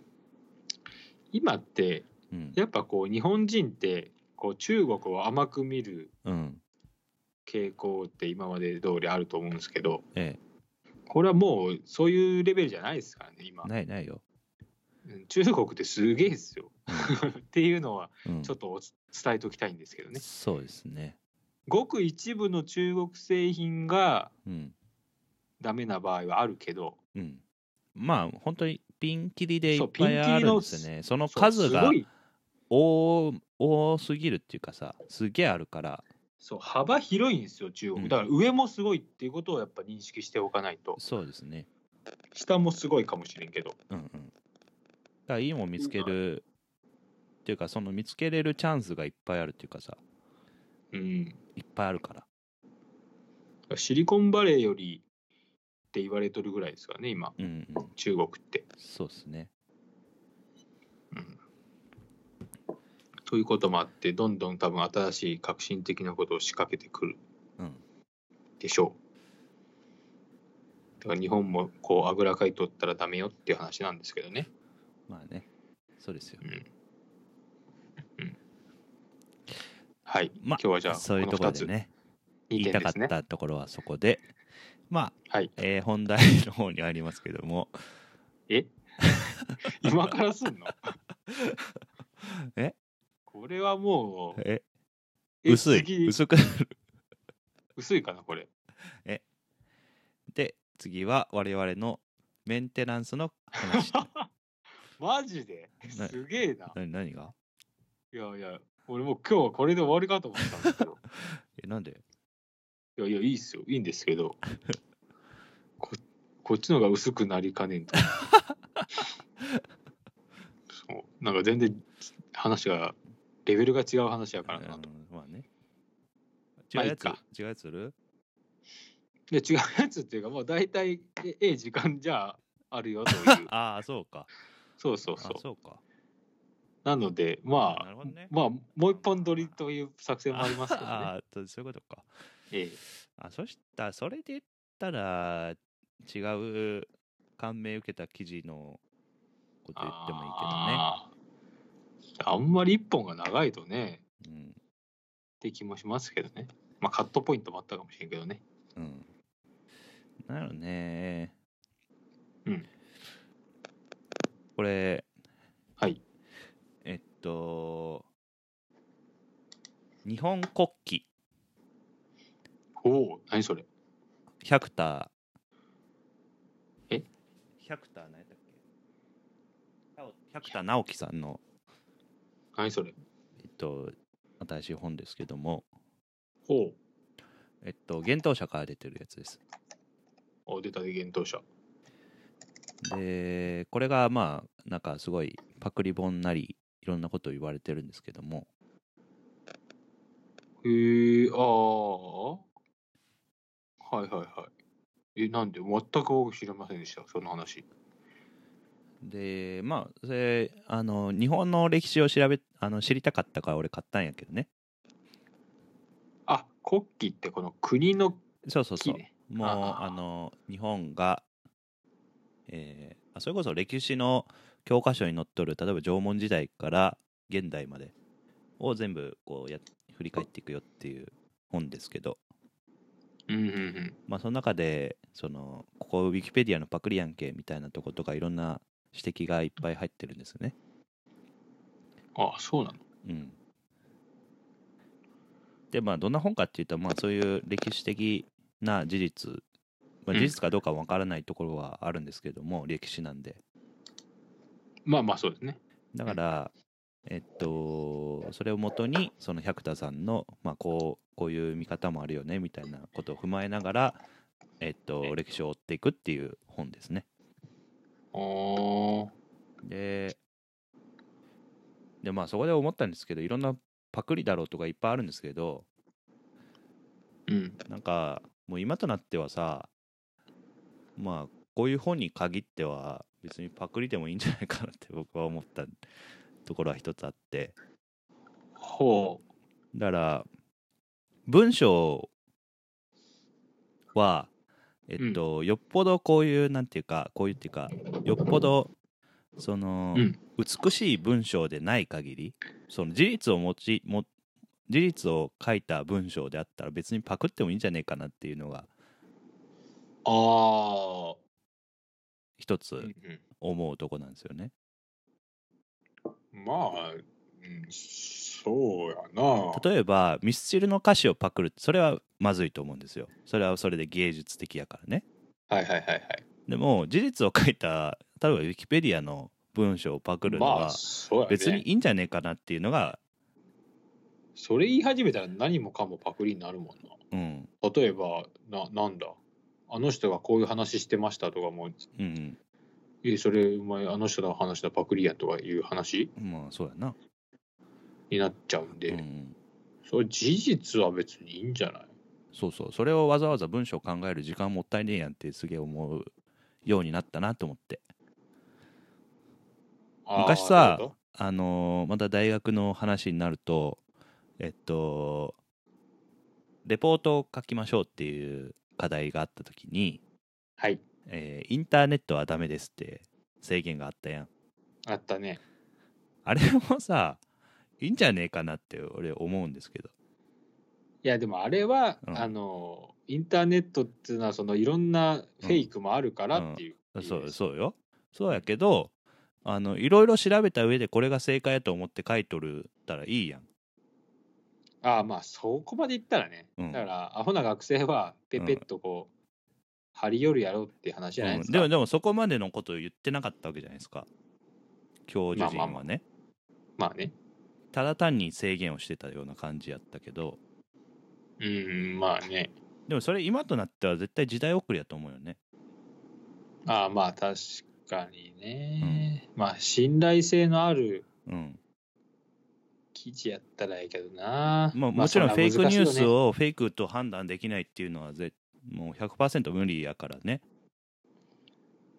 [SPEAKER 1] 今って
[SPEAKER 2] うん
[SPEAKER 1] やっぱこう日本人ってこう中国を甘く見る
[SPEAKER 2] うん
[SPEAKER 1] 傾向って今まで通りあると思うんですけど
[SPEAKER 2] え
[SPEAKER 1] これはもうそういうレベルじゃないですからね今
[SPEAKER 2] え、ないないよ、
[SPEAKER 1] うん中国ってすげえですよ っていうのは
[SPEAKER 2] うん
[SPEAKER 1] ちょっとおつ伝えときたいんですけどね
[SPEAKER 2] そうですね、
[SPEAKER 1] ごく一部の中国製品が
[SPEAKER 2] うん
[SPEAKER 1] ダメな場合はあるけど
[SPEAKER 2] うん、まあ本当にピンキリでい
[SPEAKER 1] そ
[SPEAKER 2] っ
[SPEAKER 1] うピン
[SPEAKER 2] ぱ
[SPEAKER 1] キ
[SPEAKER 2] い
[SPEAKER 1] リの
[SPEAKER 2] あるんですよねその
[SPEAKER 1] そう
[SPEAKER 2] 数
[SPEAKER 1] す
[SPEAKER 2] が
[SPEAKER 1] ごい
[SPEAKER 2] 多多すぎるっていうかさすげえあるから
[SPEAKER 1] そう幅広いんですよ中
[SPEAKER 2] うん
[SPEAKER 1] 国だから上もすごいっていうことをやっぱ認識しておかないと
[SPEAKER 2] そうですね
[SPEAKER 1] 下もすごいかもしれんけど
[SPEAKER 2] うんうんだからいいもん見つけるっていうかその見つけれるチャンスがいっぱいあるっていうかさ
[SPEAKER 1] うん
[SPEAKER 2] いっぱいあるから
[SPEAKER 1] シリコンバレーよりって言われとるぐらいですからね今
[SPEAKER 2] うんうん
[SPEAKER 1] 中国って、
[SPEAKER 2] そうですね
[SPEAKER 1] うんということもあってどんどん多分新しい革新的なことを仕掛けてくる
[SPEAKER 2] うん
[SPEAKER 1] でしょうだから日本もこうあぐらかいとったらダメよっていう話なんですけどね
[SPEAKER 2] まあねそうですよ
[SPEAKER 1] うん、うん、はい、
[SPEAKER 2] ま
[SPEAKER 1] 今
[SPEAKER 2] あ
[SPEAKER 1] 日はじゃあ
[SPEAKER 2] そういうところでね
[SPEAKER 1] 2
[SPEAKER 2] 言い
[SPEAKER 1] 点
[SPEAKER 2] た
[SPEAKER 1] で
[SPEAKER 2] か
[SPEAKER 1] すね
[SPEAKER 2] ったところはそこでまあ、
[SPEAKER 1] はい
[SPEAKER 2] えー本題の方にありますけども
[SPEAKER 1] え今からすんの
[SPEAKER 2] え
[SPEAKER 1] これはもう
[SPEAKER 2] え
[SPEAKER 1] え
[SPEAKER 2] 薄い
[SPEAKER 1] 次
[SPEAKER 2] 薄くなる
[SPEAKER 1] 薄いかなこれ
[SPEAKER 2] で次は我々のメンテナンスの 話
[SPEAKER 1] マジで
[SPEAKER 2] な
[SPEAKER 1] すげえな
[SPEAKER 2] 何何が
[SPEAKER 1] いやいや俺もう今日はこれで終わりかと思ったんですけど
[SPEAKER 2] えなんで
[SPEAKER 1] いやいやいいっすよいいんですけど ここっちの方が薄くなりかねんとなんか全然話がレベルが違う話やからなと。
[SPEAKER 2] うんまあね。違
[SPEAKER 1] まあ
[SPEAKER 2] う
[SPEAKER 1] い
[SPEAKER 2] や
[SPEAKER 1] い
[SPEAKER 2] つ、
[SPEAKER 1] か
[SPEAKER 2] 違うやつする
[SPEAKER 1] で違うやつっていうかもう大体えええ時間じゃあるよという
[SPEAKER 2] ああ、そうか。
[SPEAKER 1] そうそうそう
[SPEAKER 2] あそうか。
[SPEAKER 1] なので
[SPEAKER 2] なる
[SPEAKER 1] ま
[SPEAKER 2] ほ
[SPEAKER 1] あ、
[SPEAKER 2] どね
[SPEAKER 1] まあもう一本撮りという作戦もありますけどね。
[SPEAKER 2] あーそうそういうことか。
[SPEAKER 1] ええ
[SPEAKER 2] あそしたら、それで言ったら、違う感銘受けた記事のこと言ってもいい
[SPEAKER 1] あーあんまり一本が長いとね
[SPEAKER 2] けどね。
[SPEAKER 1] って気もしますけどね。まあカットポイントもあったかもしれんけどね。
[SPEAKER 2] うん。うん。なるね。
[SPEAKER 1] うん。
[SPEAKER 2] これ、
[SPEAKER 1] はい。
[SPEAKER 2] えっと、日本国旗
[SPEAKER 1] おお何それ。
[SPEAKER 2] 百田
[SPEAKER 1] え
[SPEAKER 2] 百田何やったっけ百田直樹さんの、
[SPEAKER 1] 何それ。
[SPEAKER 2] えっと、新しい本ですけども、
[SPEAKER 1] ほ
[SPEAKER 2] えっと、幻冬舎から出てるやつです。
[SPEAKER 1] う。お出たで幻冬者。
[SPEAKER 2] で、これがまあ、なんかすごいパクリ本なり、いろんなことを言われてるんですけども、
[SPEAKER 1] へえああ。はいはいはい。え、なんで全く僕知りませんでした、その話。
[SPEAKER 2] で、まあ、それ、あの、日本の歴史を調べ、あの知りたかったから俺買ったんやけどね。
[SPEAKER 1] あ、国旗ってこの国の
[SPEAKER 2] そうそうそ
[SPEAKER 1] 木
[SPEAKER 2] う。
[SPEAKER 1] ね。
[SPEAKER 2] もう
[SPEAKER 1] あ
[SPEAKER 2] あ
[SPEAKER 1] ー
[SPEAKER 2] の日本が、えーあそれこそ歴史の教科書に載っとる例えば縄文時代から現代までを全部こうやっ振り返っていくよっていう本ですけど、
[SPEAKER 1] うんうんうん。
[SPEAKER 2] まあ、その中でそのここウィキペディアのパクリやんけみたいなとことかいろんな指摘がいっぱい入ってるんですよね。
[SPEAKER 1] あそうなの。
[SPEAKER 2] うん、でまあどんな本かっていうと、まあ、そういう歴史的な事実、
[SPEAKER 1] う
[SPEAKER 2] まあ、
[SPEAKER 1] ん
[SPEAKER 2] 事実かどうかわからないところはあるんですけども、歴史なんで
[SPEAKER 1] まあまあそうですね。
[SPEAKER 2] だからえっとそれをもとにその百田さんの、まあ、こうこういう見方もあるよねみたいなことを踏まえながら、えっと、歴史を追っていくっていう本ですね。
[SPEAKER 1] あー
[SPEAKER 2] ででまあそこで思ったんですけどいろんなパクリだろうとかいっぱいあるんですけど
[SPEAKER 1] うん。
[SPEAKER 2] なんかもう今となってはさまあこういう本に限っては別にパクリでもいいんじゃないかなって 僕は思ったところは一つあって
[SPEAKER 1] ほう。
[SPEAKER 2] だから文章はえっと、よっぽどこういうなんていうかこういうっていうかよっぽどその、
[SPEAKER 1] うん
[SPEAKER 2] 美しい文章でない限りその事実を持ちも事実を書いた文章であったら別にパクってもいいんじゃねえかなっていうのが
[SPEAKER 1] ああ。
[SPEAKER 2] 一
[SPEAKER 1] う
[SPEAKER 2] つ
[SPEAKER 1] んうん
[SPEAKER 2] 思うとこなんですよね。
[SPEAKER 1] まあ、うん、そうやな。
[SPEAKER 2] 例えばミスチルの歌詞をパクるってそれはまずいと思うんですよ。それはそれで芸術的やからね。
[SPEAKER 1] はいはいはいはい。
[SPEAKER 2] でも事実を書いた例えばウィキペディアの文章をパクるの
[SPEAKER 1] まあ、
[SPEAKER 2] は
[SPEAKER 1] そうやね。
[SPEAKER 2] 別にいいんじゃねえかなっていうのが、
[SPEAKER 1] それ言い始めたら何もかもパクリになるもんな。
[SPEAKER 2] うん
[SPEAKER 1] 例えばななんだあの人がこういう話してましたとかも
[SPEAKER 2] うん
[SPEAKER 1] えそれお前あの人の話だパクリやとかいう話
[SPEAKER 2] うんまあそうやな。
[SPEAKER 1] になっちゃうんで、
[SPEAKER 2] うんうん
[SPEAKER 1] それ事実は別にいいんじゃない
[SPEAKER 2] そうそうそれをわざわざ文章を考える時間もったいねえやんってすげえ思うようになったなと思って
[SPEAKER 1] あー
[SPEAKER 2] 昔さ
[SPEAKER 1] なるほ
[SPEAKER 2] あのーまた大学の話になるとえっとレポートを書きましょうっていう課題があった時
[SPEAKER 1] ど
[SPEAKER 2] に、
[SPEAKER 1] はい
[SPEAKER 2] えーインターネットはダメですって制限があったやん
[SPEAKER 1] あったね
[SPEAKER 2] あれもさいいんじゃねえかなって俺思うんですけど
[SPEAKER 1] いやでもあれは、
[SPEAKER 2] うん
[SPEAKER 1] あのインターネットっていうのはそのいろんなフェイクもあるからっていう、
[SPEAKER 2] そう
[SPEAKER 1] う
[SPEAKER 2] そうよそうやけどあのいろいろ調べた上でこれが正解やと思って書いとるたらいいやん
[SPEAKER 1] ああまあそこまでいったらね、
[SPEAKER 2] うん
[SPEAKER 1] だからアホな学生はペペッとこう、張り寄るやろうって話じゃない
[SPEAKER 2] うん
[SPEAKER 1] です
[SPEAKER 2] で
[SPEAKER 1] か、
[SPEAKER 2] もでもそこまでのことを言ってなかったわけじゃないですか教授陣
[SPEAKER 1] まあま
[SPEAKER 2] は
[SPEAKER 1] あ
[SPEAKER 2] ね
[SPEAKER 1] まあね
[SPEAKER 2] ただ単に制限をしてたような感じやったけど
[SPEAKER 1] うんまあね
[SPEAKER 2] でもそれ今となっては絶対時代遅れやと思うよね
[SPEAKER 1] ああまあ確かにね、まあ信頼性のある
[SPEAKER 2] うん
[SPEAKER 1] 記事やったらいいけどな。
[SPEAKER 2] まあ、もちろんフェイクニュース
[SPEAKER 1] を。
[SPEAKER 2] をフェイクと判断できないっていうのはぜもう100%無理やからね、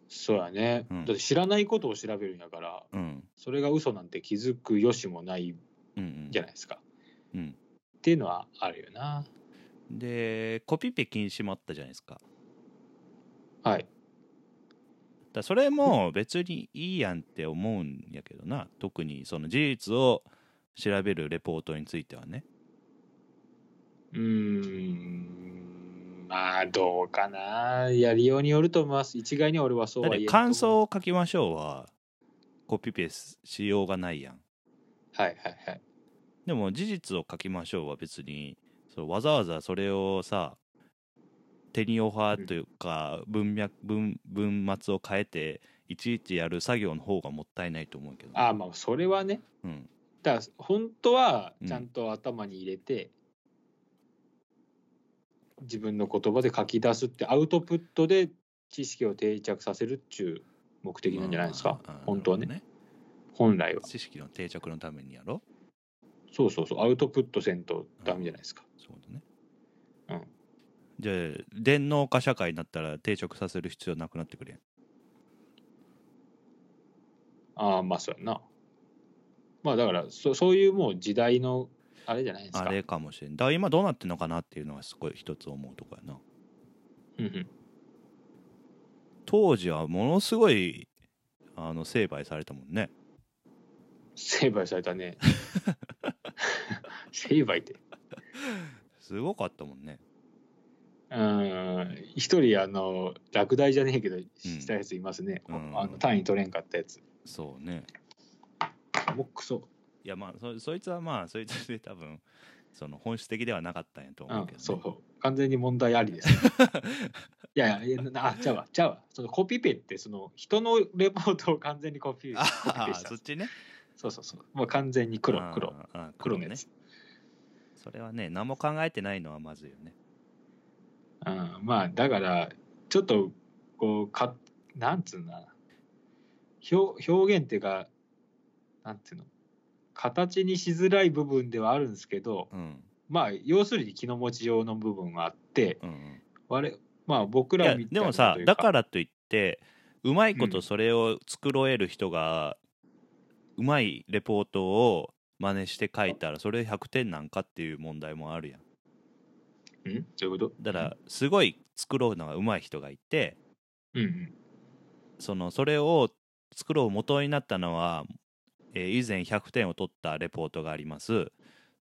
[SPEAKER 1] そうやね。
[SPEAKER 2] うん
[SPEAKER 1] だって知らないことを調べるんやから、
[SPEAKER 2] うん、
[SPEAKER 1] それが嘘なんて気づくよしもない
[SPEAKER 2] うんうん
[SPEAKER 1] じゃないですか。
[SPEAKER 2] うん
[SPEAKER 1] っていうのはあるよな。
[SPEAKER 2] でコピペ禁止もあったじゃないですかだか
[SPEAKER 1] はい。
[SPEAKER 2] らそれも別にいいやんって思うんやけどな特にその事実を調べるレポートについてはね
[SPEAKER 1] うーん。まあ、どうかな。やりようによると思います。一概には俺はそう
[SPEAKER 2] だっ
[SPEAKER 1] は言え
[SPEAKER 2] て
[SPEAKER 1] ない
[SPEAKER 2] 感想を書きましょうはコピペしようがないやん
[SPEAKER 1] はいはいはい。
[SPEAKER 2] でも事実を書きましょうは別にそうわざわざそれをさ手にオファーというか文脈文文末を変えていちいちやる作業の方がもったいないと思うけど、
[SPEAKER 1] ああ、まあ、それはね。
[SPEAKER 2] うん、
[SPEAKER 1] だから、本当は、ちゃんと頭に入れて、自分の言葉で書き出すって、アウトプットで知識を定着させるっていう目的なんじゃないですか。
[SPEAKER 2] うん
[SPEAKER 1] 本当はね
[SPEAKER 2] なる
[SPEAKER 1] 本来は
[SPEAKER 2] ほど。知識の定着のためにやろ
[SPEAKER 1] そうそうそう、アウトプットせんとダメじゃないですか。
[SPEAKER 2] そうだね、
[SPEAKER 1] うん
[SPEAKER 2] じゃあ電脳化社会になったら定着させる必要なくなってくれん
[SPEAKER 1] ああ、まあそうやな。まあだからそ、そういうもう時代のあれじゃないです
[SPEAKER 2] あ
[SPEAKER 1] か。
[SPEAKER 2] れかもしれんだから今どうなってんのかなっていうのはすごい一つ思うとこやな
[SPEAKER 1] うんうん
[SPEAKER 2] 当時はものすごいあの成敗されたもんね
[SPEAKER 1] 成敗された ね。成敗って。
[SPEAKER 2] すごかったもんね
[SPEAKER 1] うーん、一人、あの、落第じゃねえけど、したやついますね。
[SPEAKER 2] うん
[SPEAKER 1] あの単位取れんかったやつ。
[SPEAKER 2] そうね
[SPEAKER 1] もうクソ。
[SPEAKER 2] いやまあそそいつはまあそいつで多分その本質的ではなかったんやと
[SPEAKER 1] う
[SPEAKER 2] 思うんけ、ど、ね
[SPEAKER 1] そうそう。完全に問題あり です。いやいやいや、なあ、ちゃうわ、ちゃうわ。そのコピペって、その人のレポートを完全にコピコ
[SPEAKER 2] あ
[SPEAKER 1] ピペ
[SPEAKER 2] あ
[SPEAKER 1] した
[SPEAKER 2] そっ。ちね
[SPEAKER 1] そうそうそう。もう完全に黒、黒。
[SPEAKER 2] あーあー
[SPEAKER 1] 黒
[SPEAKER 2] 黒
[SPEAKER 1] の
[SPEAKER 2] ね
[SPEAKER 1] やつ。
[SPEAKER 2] それはね何も考えてないのはまずいよね
[SPEAKER 1] うん、まあだからちょっとこうかなんつうのかな表表現っていうかなんていうの形にしづらい部分ではあるんですけど
[SPEAKER 2] うん
[SPEAKER 1] まあ要するに気の持ちようの部分があって
[SPEAKER 2] うんうん
[SPEAKER 1] 我々まあ僕
[SPEAKER 2] い
[SPEAKER 1] ら
[SPEAKER 2] や
[SPEAKER 1] みたい
[SPEAKER 2] で
[SPEAKER 1] な
[SPEAKER 2] もさ
[SPEAKER 1] という
[SPEAKER 2] だからといってうまいことそれを繕える人が、うまいレポートを真似して書いたらそれ100点なんかっていう問題もあるやん
[SPEAKER 1] うんどういうこと
[SPEAKER 2] だからすごい繕うのがうまい人がいて
[SPEAKER 1] うんうん
[SPEAKER 2] そのそれを繕う元になったのは、えー以前100点を取ったレポートがあります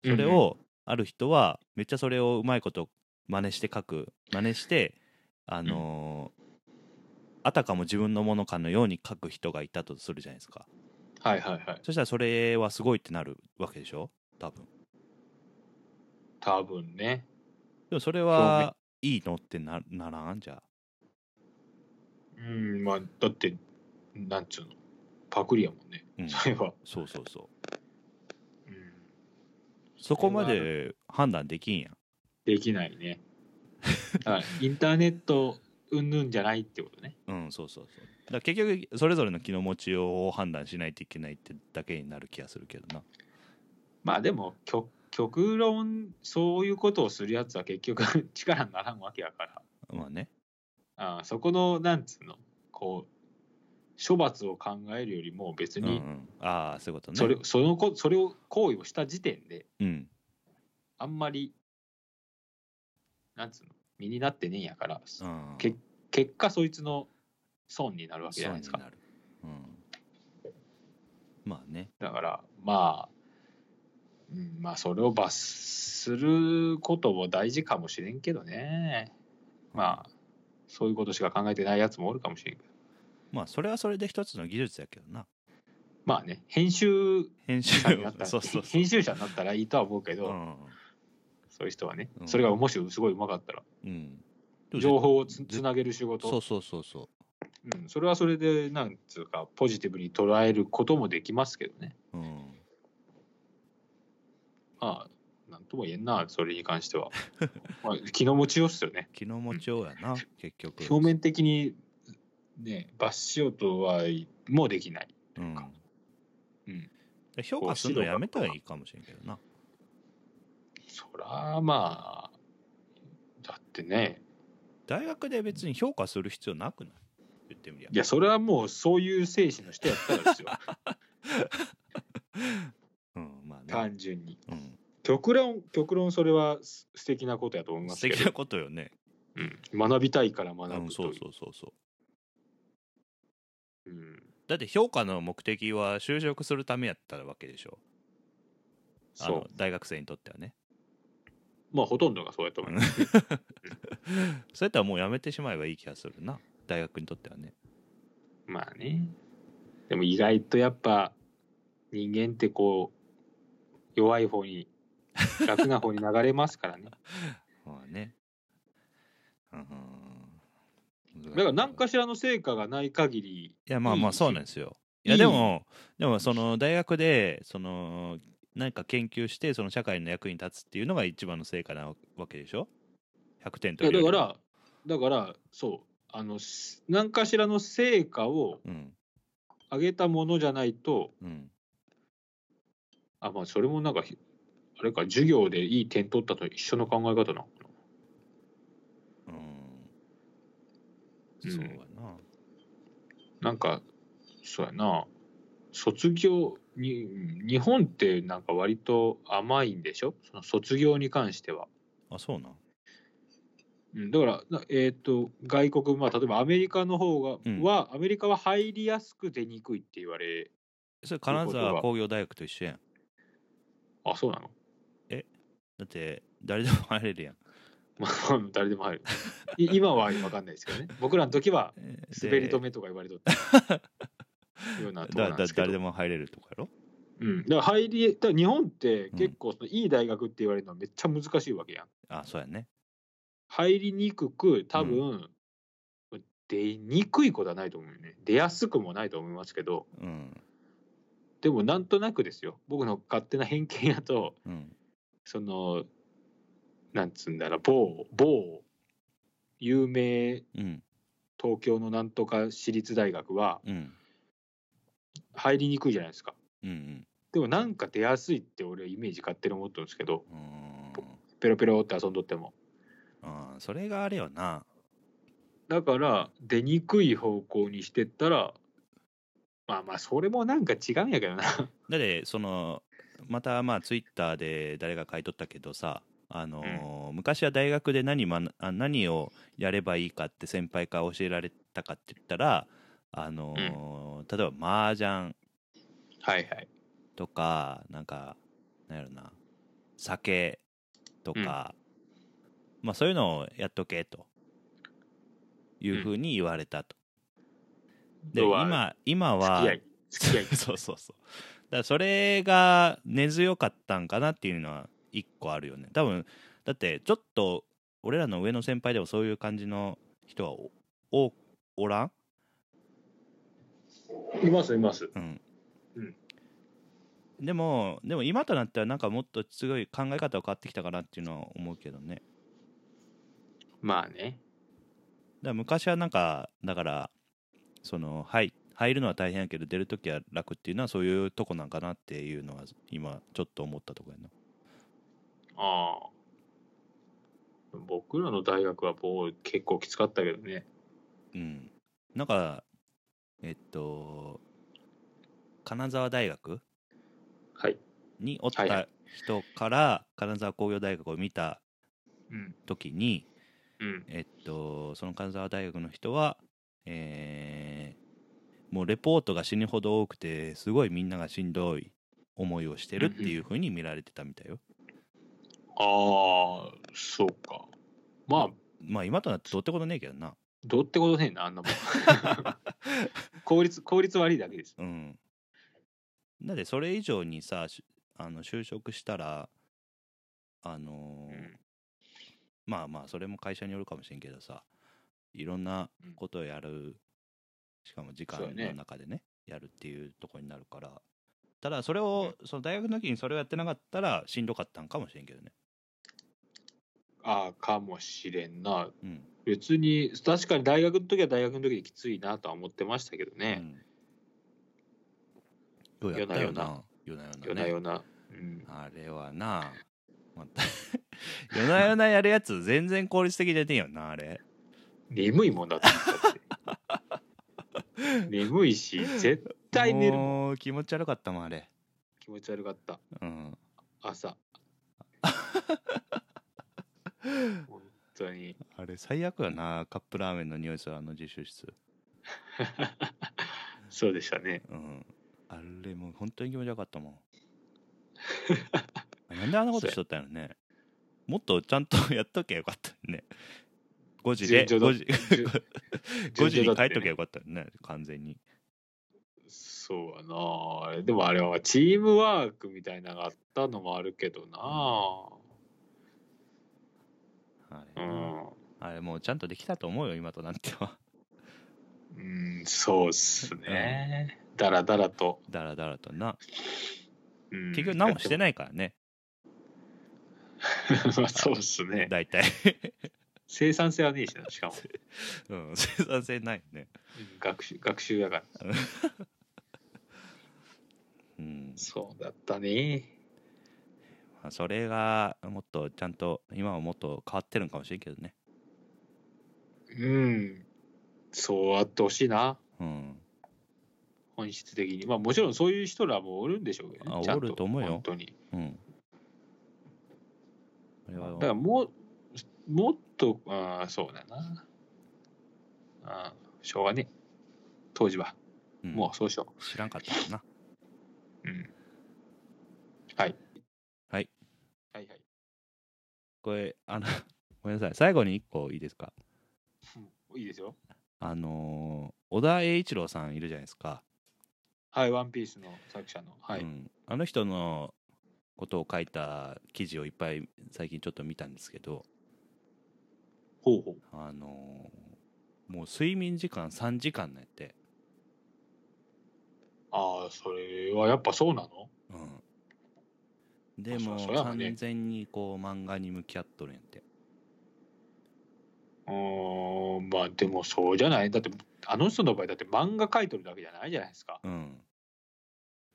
[SPEAKER 2] それをある人はめっちゃそれをうまいこと真似して書く真似してあのーあたかも自分のものかのように書く人がいたとするじゃないですか
[SPEAKER 1] はいはいはい
[SPEAKER 2] そしたらそれはすごいってなるわけでしょ多分
[SPEAKER 1] 多分ね
[SPEAKER 2] でもそれはいいのってなならんじゃあ
[SPEAKER 1] うんまあだってなんつうのパクリやもんね、
[SPEAKER 2] うん
[SPEAKER 1] それは、
[SPEAKER 2] そうそうそ
[SPEAKER 1] う
[SPEAKER 2] う
[SPEAKER 1] ん、
[SPEAKER 2] そこまで判断できんやん
[SPEAKER 1] できないねだからインターネットうんぬんじゃないってことね
[SPEAKER 2] うんそうそうそうだから結局それぞれの気の持ちようを判断しないといけないってだけになる気がするけどな
[SPEAKER 1] まあでも極極論そういうことをするやつは結局 力にならんわけやから
[SPEAKER 2] まあね
[SPEAKER 1] ああそこのなんつうのこう処罰を考えるよりも別
[SPEAKER 2] うんう
[SPEAKER 1] に
[SPEAKER 2] んああそういうことね
[SPEAKER 1] それ,、そのこそれを行為をした時点で
[SPEAKER 2] うん
[SPEAKER 1] あんまりなんつうの身になってねえんやから、
[SPEAKER 2] うん
[SPEAKER 1] 結結果そいつの損になるわけじゃ
[SPEAKER 2] そう
[SPEAKER 1] ない
[SPEAKER 2] に
[SPEAKER 1] ですか
[SPEAKER 2] なるうんまあね
[SPEAKER 1] だからまあ、うん、まあそれを罰することも大事かもしれんけどねまあそういうことしか考えてないやつもおるかもしれんけど
[SPEAKER 2] まあそれはそれで一つの技術やけどな
[SPEAKER 1] まあね編集
[SPEAKER 2] 編集
[SPEAKER 1] 者になったら
[SPEAKER 2] そうそうそう
[SPEAKER 1] 編集者になったらいいとは思うけど、
[SPEAKER 2] うん
[SPEAKER 1] そういう人はね、
[SPEAKER 2] うん
[SPEAKER 1] それがもしすごいうまかったら
[SPEAKER 2] うん
[SPEAKER 1] 情報をつ
[SPEAKER 2] ぜ
[SPEAKER 1] つなげる仕事
[SPEAKER 2] そうそうそうそう
[SPEAKER 1] うん、それはそれでなんつうかポジティブに捉えることもできますけどね
[SPEAKER 2] うん
[SPEAKER 1] まあなんとも言えんなそれに関 しては、まあ、気の持ちようっすよね
[SPEAKER 2] 気の持ちようやな結局
[SPEAKER 1] 表面的にね罰しようとはもうできない、
[SPEAKER 2] うん
[SPEAKER 1] かうん
[SPEAKER 2] で評価するのやめたらいいかもしれんけどな。
[SPEAKER 1] そらまあだってね
[SPEAKER 2] 大学で別に評価する必要なくない言ってみりゃ
[SPEAKER 1] い。やそれはもうそういう精神の人やったらです よ
[SPEAKER 2] うん、まあね。
[SPEAKER 1] 単純に
[SPEAKER 2] うん、
[SPEAKER 1] 極論極論それはす素敵なことやと思いま
[SPEAKER 2] 素
[SPEAKER 1] すけ
[SPEAKER 2] 敵
[SPEAKER 1] ど
[SPEAKER 2] な、ことよね。
[SPEAKER 1] うん、学びたいから学ぶという、
[SPEAKER 2] うん、そうそうそうそう。
[SPEAKER 1] うん
[SPEAKER 2] だって評価の目的は就職するためやったわけでしょ。あ
[SPEAKER 1] そう
[SPEAKER 2] の大学生にとってはね。
[SPEAKER 1] まあほとんどがそうやと思います
[SPEAKER 2] そうやったらもうやめてしまえばいい気がするな。大学にとってはね。
[SPEAKER 1] まあねでも意外とやっぱ人間ってこう弱い方 に楽な方に流れますからね
[SPEAKER 2] まあね。うんうん。
[SPEAKER 1] だから何かしらの成果がない限り
[SPEAKER 2] いやまあま
[SPEAKER 1] いい
[SPEAKER 2] あ
[SPEAKER 1] し
[SPEAKER 2] そうなんですよ。
[SPEAKER 1] い
[SPEAKER 2] いや
[SPEAKER 1] い
[SPEAKER 2] でもでもその大学でその何か研究してその社会の役に立つっていうのが一番の成果なわけでしょ ?100 点
[SPEAKER 1] い
[SPEAKER 2] 取
[SPEAKER 1] や
[SPEAKER 2] る
[SPEAKER 1] だ
[SPEAKER 2] より
[SPEAKER 1] か
[SPEAKER 2] も、
[SPEAKER 1] らだからそうあのし何かしらの成果を
[SPEAKER 2] うん
[SPEAKER 1] 上げたものじゃないと
[SPEAKER 2] うん、
[SPEAKER 1] あまあそれもなんかひあれか授業でいい点取ったと一緒の考え方なのかな
[SPEAKER 2] う、
[SPEAKER 1] うんん
[SPEAKER 2] そうやな。
[SPEAKER 1] なんかそうやな卒業にうん日本ってなんか割と甘いんでしょその卒業に関しては。
[SPEAKER 2] あそうなん。
[SPEAKER 1] うん、だから、なえー、と外国、まあ、例えばアメリカの方が、
[SPEAKER 2] うん
[SPEAKER 1] はアメリカは入りやすく出にくいって言われ
[SPEAKER 2] それ金
[SPEAKER 1] ということ
[SPEAKER 2] 沢
[SPEAKER 1] は
[SPEAKER 2] 工業大学と一緒やん。
[SPEAKER 1] あそうなの、
[SPEAKER 2] だって誰でも入れるやん。
[SPEAKER 1] まあ、誰でも入るい 今は分かんないですけどね僕らの時は
[SPEAKER 2] えー
[SPEAKER 1] 滑り
[SPEAKER 2] で
[SPEAKER 1] 止めとか言われとったようなところ
[SPEAKER 2] だ
[SPEAKER 1] な
[SPEAKER 2] だ
[SPEAKER 1] んですけ
[SPEAKER 2] 誰
[SPEAKER 1] ど
[SPEAKER 2] でも入れるとかやろ
[SPEAKER 1] うん、だから入りだから日本って結構そのいい大学って言われるのはめっちゃ難しいわけやん。
[SPEAKER 2] あそうやね。
[SPEAKER 1] 入りにくく多分、出にくいことはないと思うよね出やすくもないと思いますけど
[SPEAKER 2] うん
[SPEAKER 1] でもなんとなくですよ僕の勝手な偏見やと
[SPEAKER 2] うん
[SPEAKER 1] そのなんつうんだろう某某有名
[SPEAKER 2] うん
[SPEAKER 1] 東京のなんとか私立大学は
[SPEAKER 2] うん
[SPEAKER 1] 入りにくいじゃないですか
[SPEAKER 2] うんうん
[SPEAKER 1] でもなんか出やすいって俺はイメージ勝手に思ってるんですけど
[SPEAKER 2] うん。
[SPEAKER 1] ペロペロって遊んどっても
[SPEAKER 2] あーそれがあれよな。
[SPEAKER 1] だから出にくい方向にしてったらまあまあそれもなんか違うんや けどな
[SPEAKER 2] だってそのまたまあツイッターで誰が書いとったけどさあのー昔は大学で何まあ何をやればいいかって先輩から教えられたかって言ったらあのー例えば麻雀
[SPEAKER 1] はいはい
[SPEAKER 2] とかなんかなんやろな酒とか、まあそういうのをやっとけというふうに言われたと。で
[SPEAKER 1] 要は
[SPEAKER 2] 今今は
[SPEAKER 1] 付き合い付き合い
[SPEAKER 2] そうそうそうだからそれが根強かったんかなっていうのは一個あるよね多分だってちょっと俺らの上の先輩でもそういう感じの人はおおおらん
[SPEAKER 1] いますいます
[SPEAKER 2] うん、
[SPEAKER 1] うん
[SPEAKER 2] でもでも今となってはなんかもっとすごい考え方が変わってきたかなっていうのは思うけどね
[SPEAKER 1] まあね
[SPEAKER 2] だから昔はなんかだからそのはい入るのは大変やけど出るときは楽っていうのはそういうとこなんかなっていうのは今ちょっと思ったとこやな
[SPEAKER 1] ああ僕らの大学はもう結構きつかったけどね
[SPEAKER 2] うんなんかえっと金沢大学
[SPEAKER 1] はい
[SPEAKER 2] におっ
[SPEAKER 1] はいは
[SPEAKER 2] た
[SPEAKER 1] い
[SPEAKER 2] 人から金沢工業大学を見た
[SPEAKER 1] うん
[SPEAKER 2] 時に、
[SPEAKER 1] うん
[SPEAKER 2] えっと、その金沢大学の人は、えーもうレポートが死ぬほど多くて、すごいみんながしんどい思いをしてるっていうふうに見られてたみたいよ。
[SPEAKER 1] ああそうかまあ
[SPEAKER 2] まあ今となってどうってことねえけどな。
[SPEAKER 1] どうってことねえなあんな もん効率効率悪いだけです
[SPEAKER 2] うん。だってそれ以上にさ、しあの就職したら、あの
[SPEAKER 1] う
[SPEAKER 2] ー
[SPEAKER 1] ん
[SPEAKER 2] まあまあそれも会社によるかもしれんけどさ、いろんなことをやる、しかも時間
[SPEAKER 1] そうやね
[SPEAKER 2] の中でね、やるっていうとこになるから、ただそれを、その大学の時にそれをやってなかったらしんどかったんかもしれんけどね。
[SPEAKER 1] ああかもしれんな
[SPEAKER 2] うん。
[SPEAKER 1] 別に確かに大学の時は大学の時できついなとは思ってましたけど
[SPEAKER 2] う
[SPEAKER 1] ね、
[SPEAKER 2] ん、ようやったよ
[SPEAKER 1] よな
[SPEAKER 2] な。夜な夜なね
[SPEAKER 1] 夜な夜な。うん、
[SPEAKER 2] あれはな、また 夜な夜なやるやつ全然効率的じゃねえよな、あれ。
[SPEAKER 1] 眠いもんだってだって 眠いし、絶対寝る。
[SPEAKER 2] もう気持ち悪かったもん、あれ。
[SPEAKER 1] 気持ち悪かった。
[SPEAKER 2] うん。
[SPEAKER 1] 朝。本当に。
[SPEAKER 2] あれ最悪やな、カップラーメンの匂いするあの自習室。
[SPEAKER 1] そうでしたね。
[SPEAKER 2] うん。あれもう本当に気持ち悪 かったもん。なんであんなことしとったんやろね。もっとちゃんとやっときゃよかったよね。5時で、
[SPEAKER 1] 順調だ
[SPEAKER 2] 5時、5時に帰っときゃよかったよね、完全に。
[SPEAKER 1] そうやなあれでもあれはチームワークみたいなのがあったのもあるけどな
[SPEAKER 2] あ
[SPEAKER 1] う
[SPEAKER 2] れ,、
[SPEAKER 1] ん、
[SPEAKER 2] あれもうちゃんとできたと思うよ、今となっては。
[SPEAKER 1] うん、そうっすねだらだらと、
[SPEAKER 2] だらだらとな。
[SPEAKER 1] うん、
[SPEAKER 2] 結局何もし て
[SPEAKER 1] い
[SPEAKER 2] ないからね、
[SPEAKER 1] そうっすね
[SPEAKER 2] 大体。
[SPEAKER 1] 生産性はねえしなしかも
[SPEAKER 2] うん、 生産性ないよね。
[SPEAKER 1] うん学習学習やから
[SPEAKER 2] うん。
[SPEAKER 1] そうだったね
[SPEAKER 2] まあそれがもっとちゃんと、今はもっと変わってるんかもしれんけどね。
[SPEAKER 1] うんそうあってほしいな
[SPEAKER 2] うん。
[SPEAKER 1] 本質的にまあもちろんそういう人らもおるんでしょうけど、
[SPEAKER 2] あ
[SPEAKER 1] ちゃん
[SPEAKER 2] おると思うよ
[SPEAKER 1] 本当に
[SPEAKER 2] うん。これは
[SPEAKER 1] だからもうもっとあーそうだなあーしょうがねえ当時は
[SPEAKER 2] うん
[SPEAKER 1] もうそうしよ
[SPEAKER 2] 知らんかったもんな。
[SPEAKER 1] う、うん、はい
[SPEAKER 2] はい
[SPEAKER 1] はいはい
[SPEAKER 2] これ、あの、 ごめんなさい。最後に一個いいですか
[SPEAKER 1] うんいいですよ
[SPEAKER 2] あのー小田栄一郎さんいるじゃないですか。
[SPEAKER 1] はい「ワンピースの作者のはい、
[SPEAKER 2] うんあの人のことを書いた記事をいっぱい最近ちょっと見たんですけど、
[SPEAKER 1] ほうほう
[SPEAKER 2] あのーもう睡眠時間3時間なんやって。
[SPEAKER 1] ああそれはやっぱそうなの
[SPEAKER 2] うん。で
[SPEAKER 1] あそ
[SPEAKER 2] も、
[SPEAKER 1] そりゃまあね
[SPEAKER 2] 完全にこう漫画に向き合っとるんやって。
[SPEAKER 1] うーんまあでもそうじゃないだってあの人の場合だって漫画描いてるだけじゃないじゃないですか
[SPEAKER 2] うん。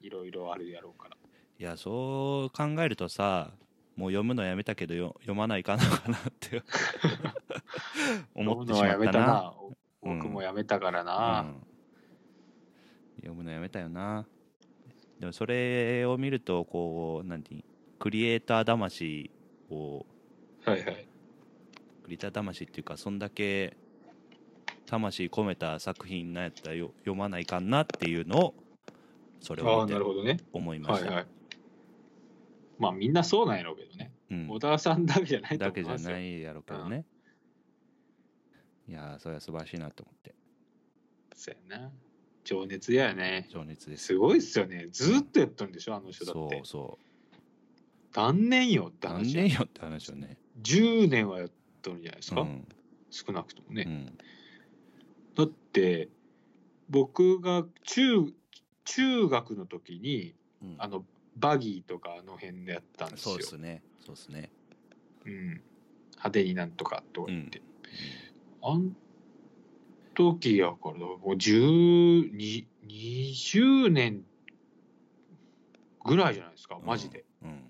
[SPEAKER 1] いろいろあるやろうから
[SPEAKER 2] いや、そう考えるとさ、もう読むのやめたけどよ読まないかんのかなって 思ってし
[SPEAKER 1] 読むのは
[SPEAKER 2] まっ
[SPEAKER 1] やめ
[SPEAKER 2] た
[SPEAKER 1] た
[SPEAKER 2] な。
[SPEAKER 1] な
[SPEAKER 2] うん
[SPEAKER 1] 僕もやめたからな、
[SPEAKER 2] うん読むのやめたよなでもそれを見るとこう何て言うクリエイター魂を
[SPEAKER 1] はいはい
[SPEAKER 2] クリエイター魂っていうかそんだけ魂込めた作品なんやったらよ読まないかんなっていうのをそれ
[SPEAKER 1] あ
[SPEAKER 2] を
[SPEAKER 1] あ
[SPEAKER 2] 見
[SPEAKER 1] な
[SPEAKER 2] て
[SPEAKER 1] るほどね
[SPEAKER 2] 思いま
[SPEAKER 1] は
[SPEAKER 2] し
[SPEAKER 1] い
[SPEAKER 2] た、
[SPEAKER 1] はいまあみんなそうなんやろうけどね、
[SPEAKER 2] うん
[SPEAKER 1] 小田さんだけじゃないと
[SPEAKER 2] だ
[SPEAKER 1] 思
[SPEAKER 2] け
[SPEAKER 1] い
[SPEAKER 2] じゃ
[SPEAKER 1] ますよ
[SPEAKER 2] な、いやろうけどねいやーそれは素晴らしいなと思って
[SPEAKER 1] そうやな情熱やね
[SPEAKER 2] 情熱です
[SPEAKER 1] すごいっすよねずっとやったんでしょあの人だっ
[SPEAKER 2] そ
[SPEAKER 1] て
[SPEAKER 2] うそ
[SPEAKER 1] 何年よっ
[SPEAKER 2] う
[SPEAKER 1] て
[SPEAKER 2] 何
[SPEAKER 1] 話
[SPEAKER 2] 年よって話よね
[SPEAKER 1] 10年はやっとるんじゃないですか、
[SPEAKER 2] うん
[SPEAKER 1] 少なくともね
[SPEAKER 2] う、ん
[SPEAKER 1] だって僕が中中学の時に
[SPEAKER 2] うん
[SPEAKER 1] あのバギーとかあの辺でやったんです
[SPEAKER 2] そ
[SPEAKER 1] よ
[SPEAKER 2] うですねそうですね
[SPEAKER 1] うん、派手になんとかとか言って、
[SPEAKER 2] う
[SPEAKER 1] あん時やから、もう10に20年ぐらいじゃないですか、
[SPEAKER 2] ん
[SPEAKER 1] マジで。。
[SPEAKER 2] うん。うん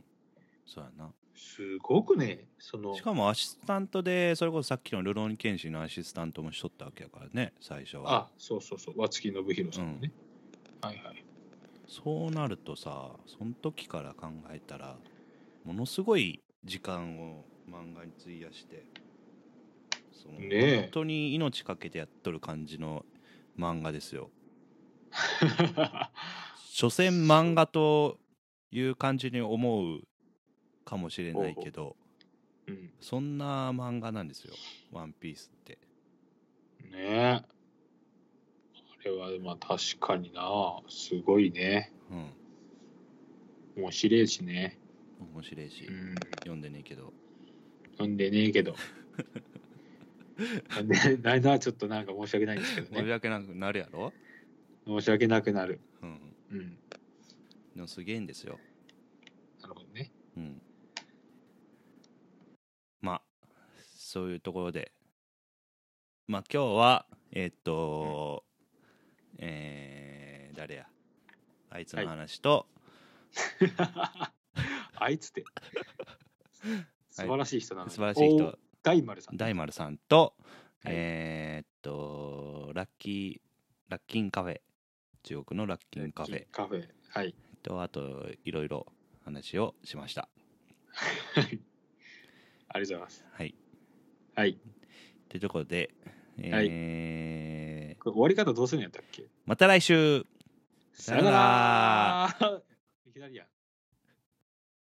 [SPEAKER 2] そうやな。
[SPEAKER 1] すごくね、その、
[SPEAKER 2] しかもアシスタントで、それこそさっきのルローニケンシンのアシスタントもしとったわけやからね、最初は。
[SPEAKER 1] あ、そうそうそう、和月信弘さんのね。はいはい。
[SPEAKER 2] そうなるとさ、その時から考えたら、ものすごい時間を漫画に費やして、その
[SPEAKER 1] ねえ
[SPEAKER 2] 本当に命かけてやっとる感じの漫画ですよ。所詮漫画という感じに思うかもしれないけど、
[SPEAKER 1] うん、
[SPEAKER 2] そんな漫画なんですよ、ワンピースって。
[SPEAKER 1] ねえ。あれは、まあ確かにな、すごいね。
[SPEAKER 2] うん。
[SPEAKER 1] 面白いしね。
[SPEAKER 2] 面白いし、
[SPEAKER 1] うん。
[SPEAKER 2] 読んでねえけど
[SPEAKER 1] 飲んでねえけ ど。飲んでないのはちょっとなんか申し訳ないんですけど
[SPEAKER 2] 申し
[SPEAKER 1] ね。
[SPEAKER 2] 訳なくなるやろ、
[SPEAKER 1] 申し訳なくなる。
[SPEAKER 2] うん、
[SPEAKER 1] うん。
[SPEAKER 2] でもすげえんですよ、
[SPEAKER 1] なるほどね。
[SPEAKER 2] うん、まあそういうところでまあ今日はえーっと、えー誰やあいつの話と、
[SPEAKER 1] あいつ って。素晴らしい人なのに、
[SPEAKER 2] 素晴らしい人
[SPEAKER 1] お大丸さん。
[SPEAKER 2] 大丸さんと、
[SPEAKER 1] はい
[SPEAKER 2] えーっとラッキーラッキンカフェ中国のラッキンカフェ
[SPEAKER 1] カフェ。はい。
[SPEAKER 2] とあといろいろ話をしました
[SPEAKER 1] ありがとうございます。
[SPEAKER 2] はい
[SPEAKER 1] はい。
[SPEAKER 2] というところで、えー
[SPEAKER 1] これ終わり方どうするんやったっけ
[SPEAKER 2] また来週
[SPEAKER 1] さよなら いきなりやん。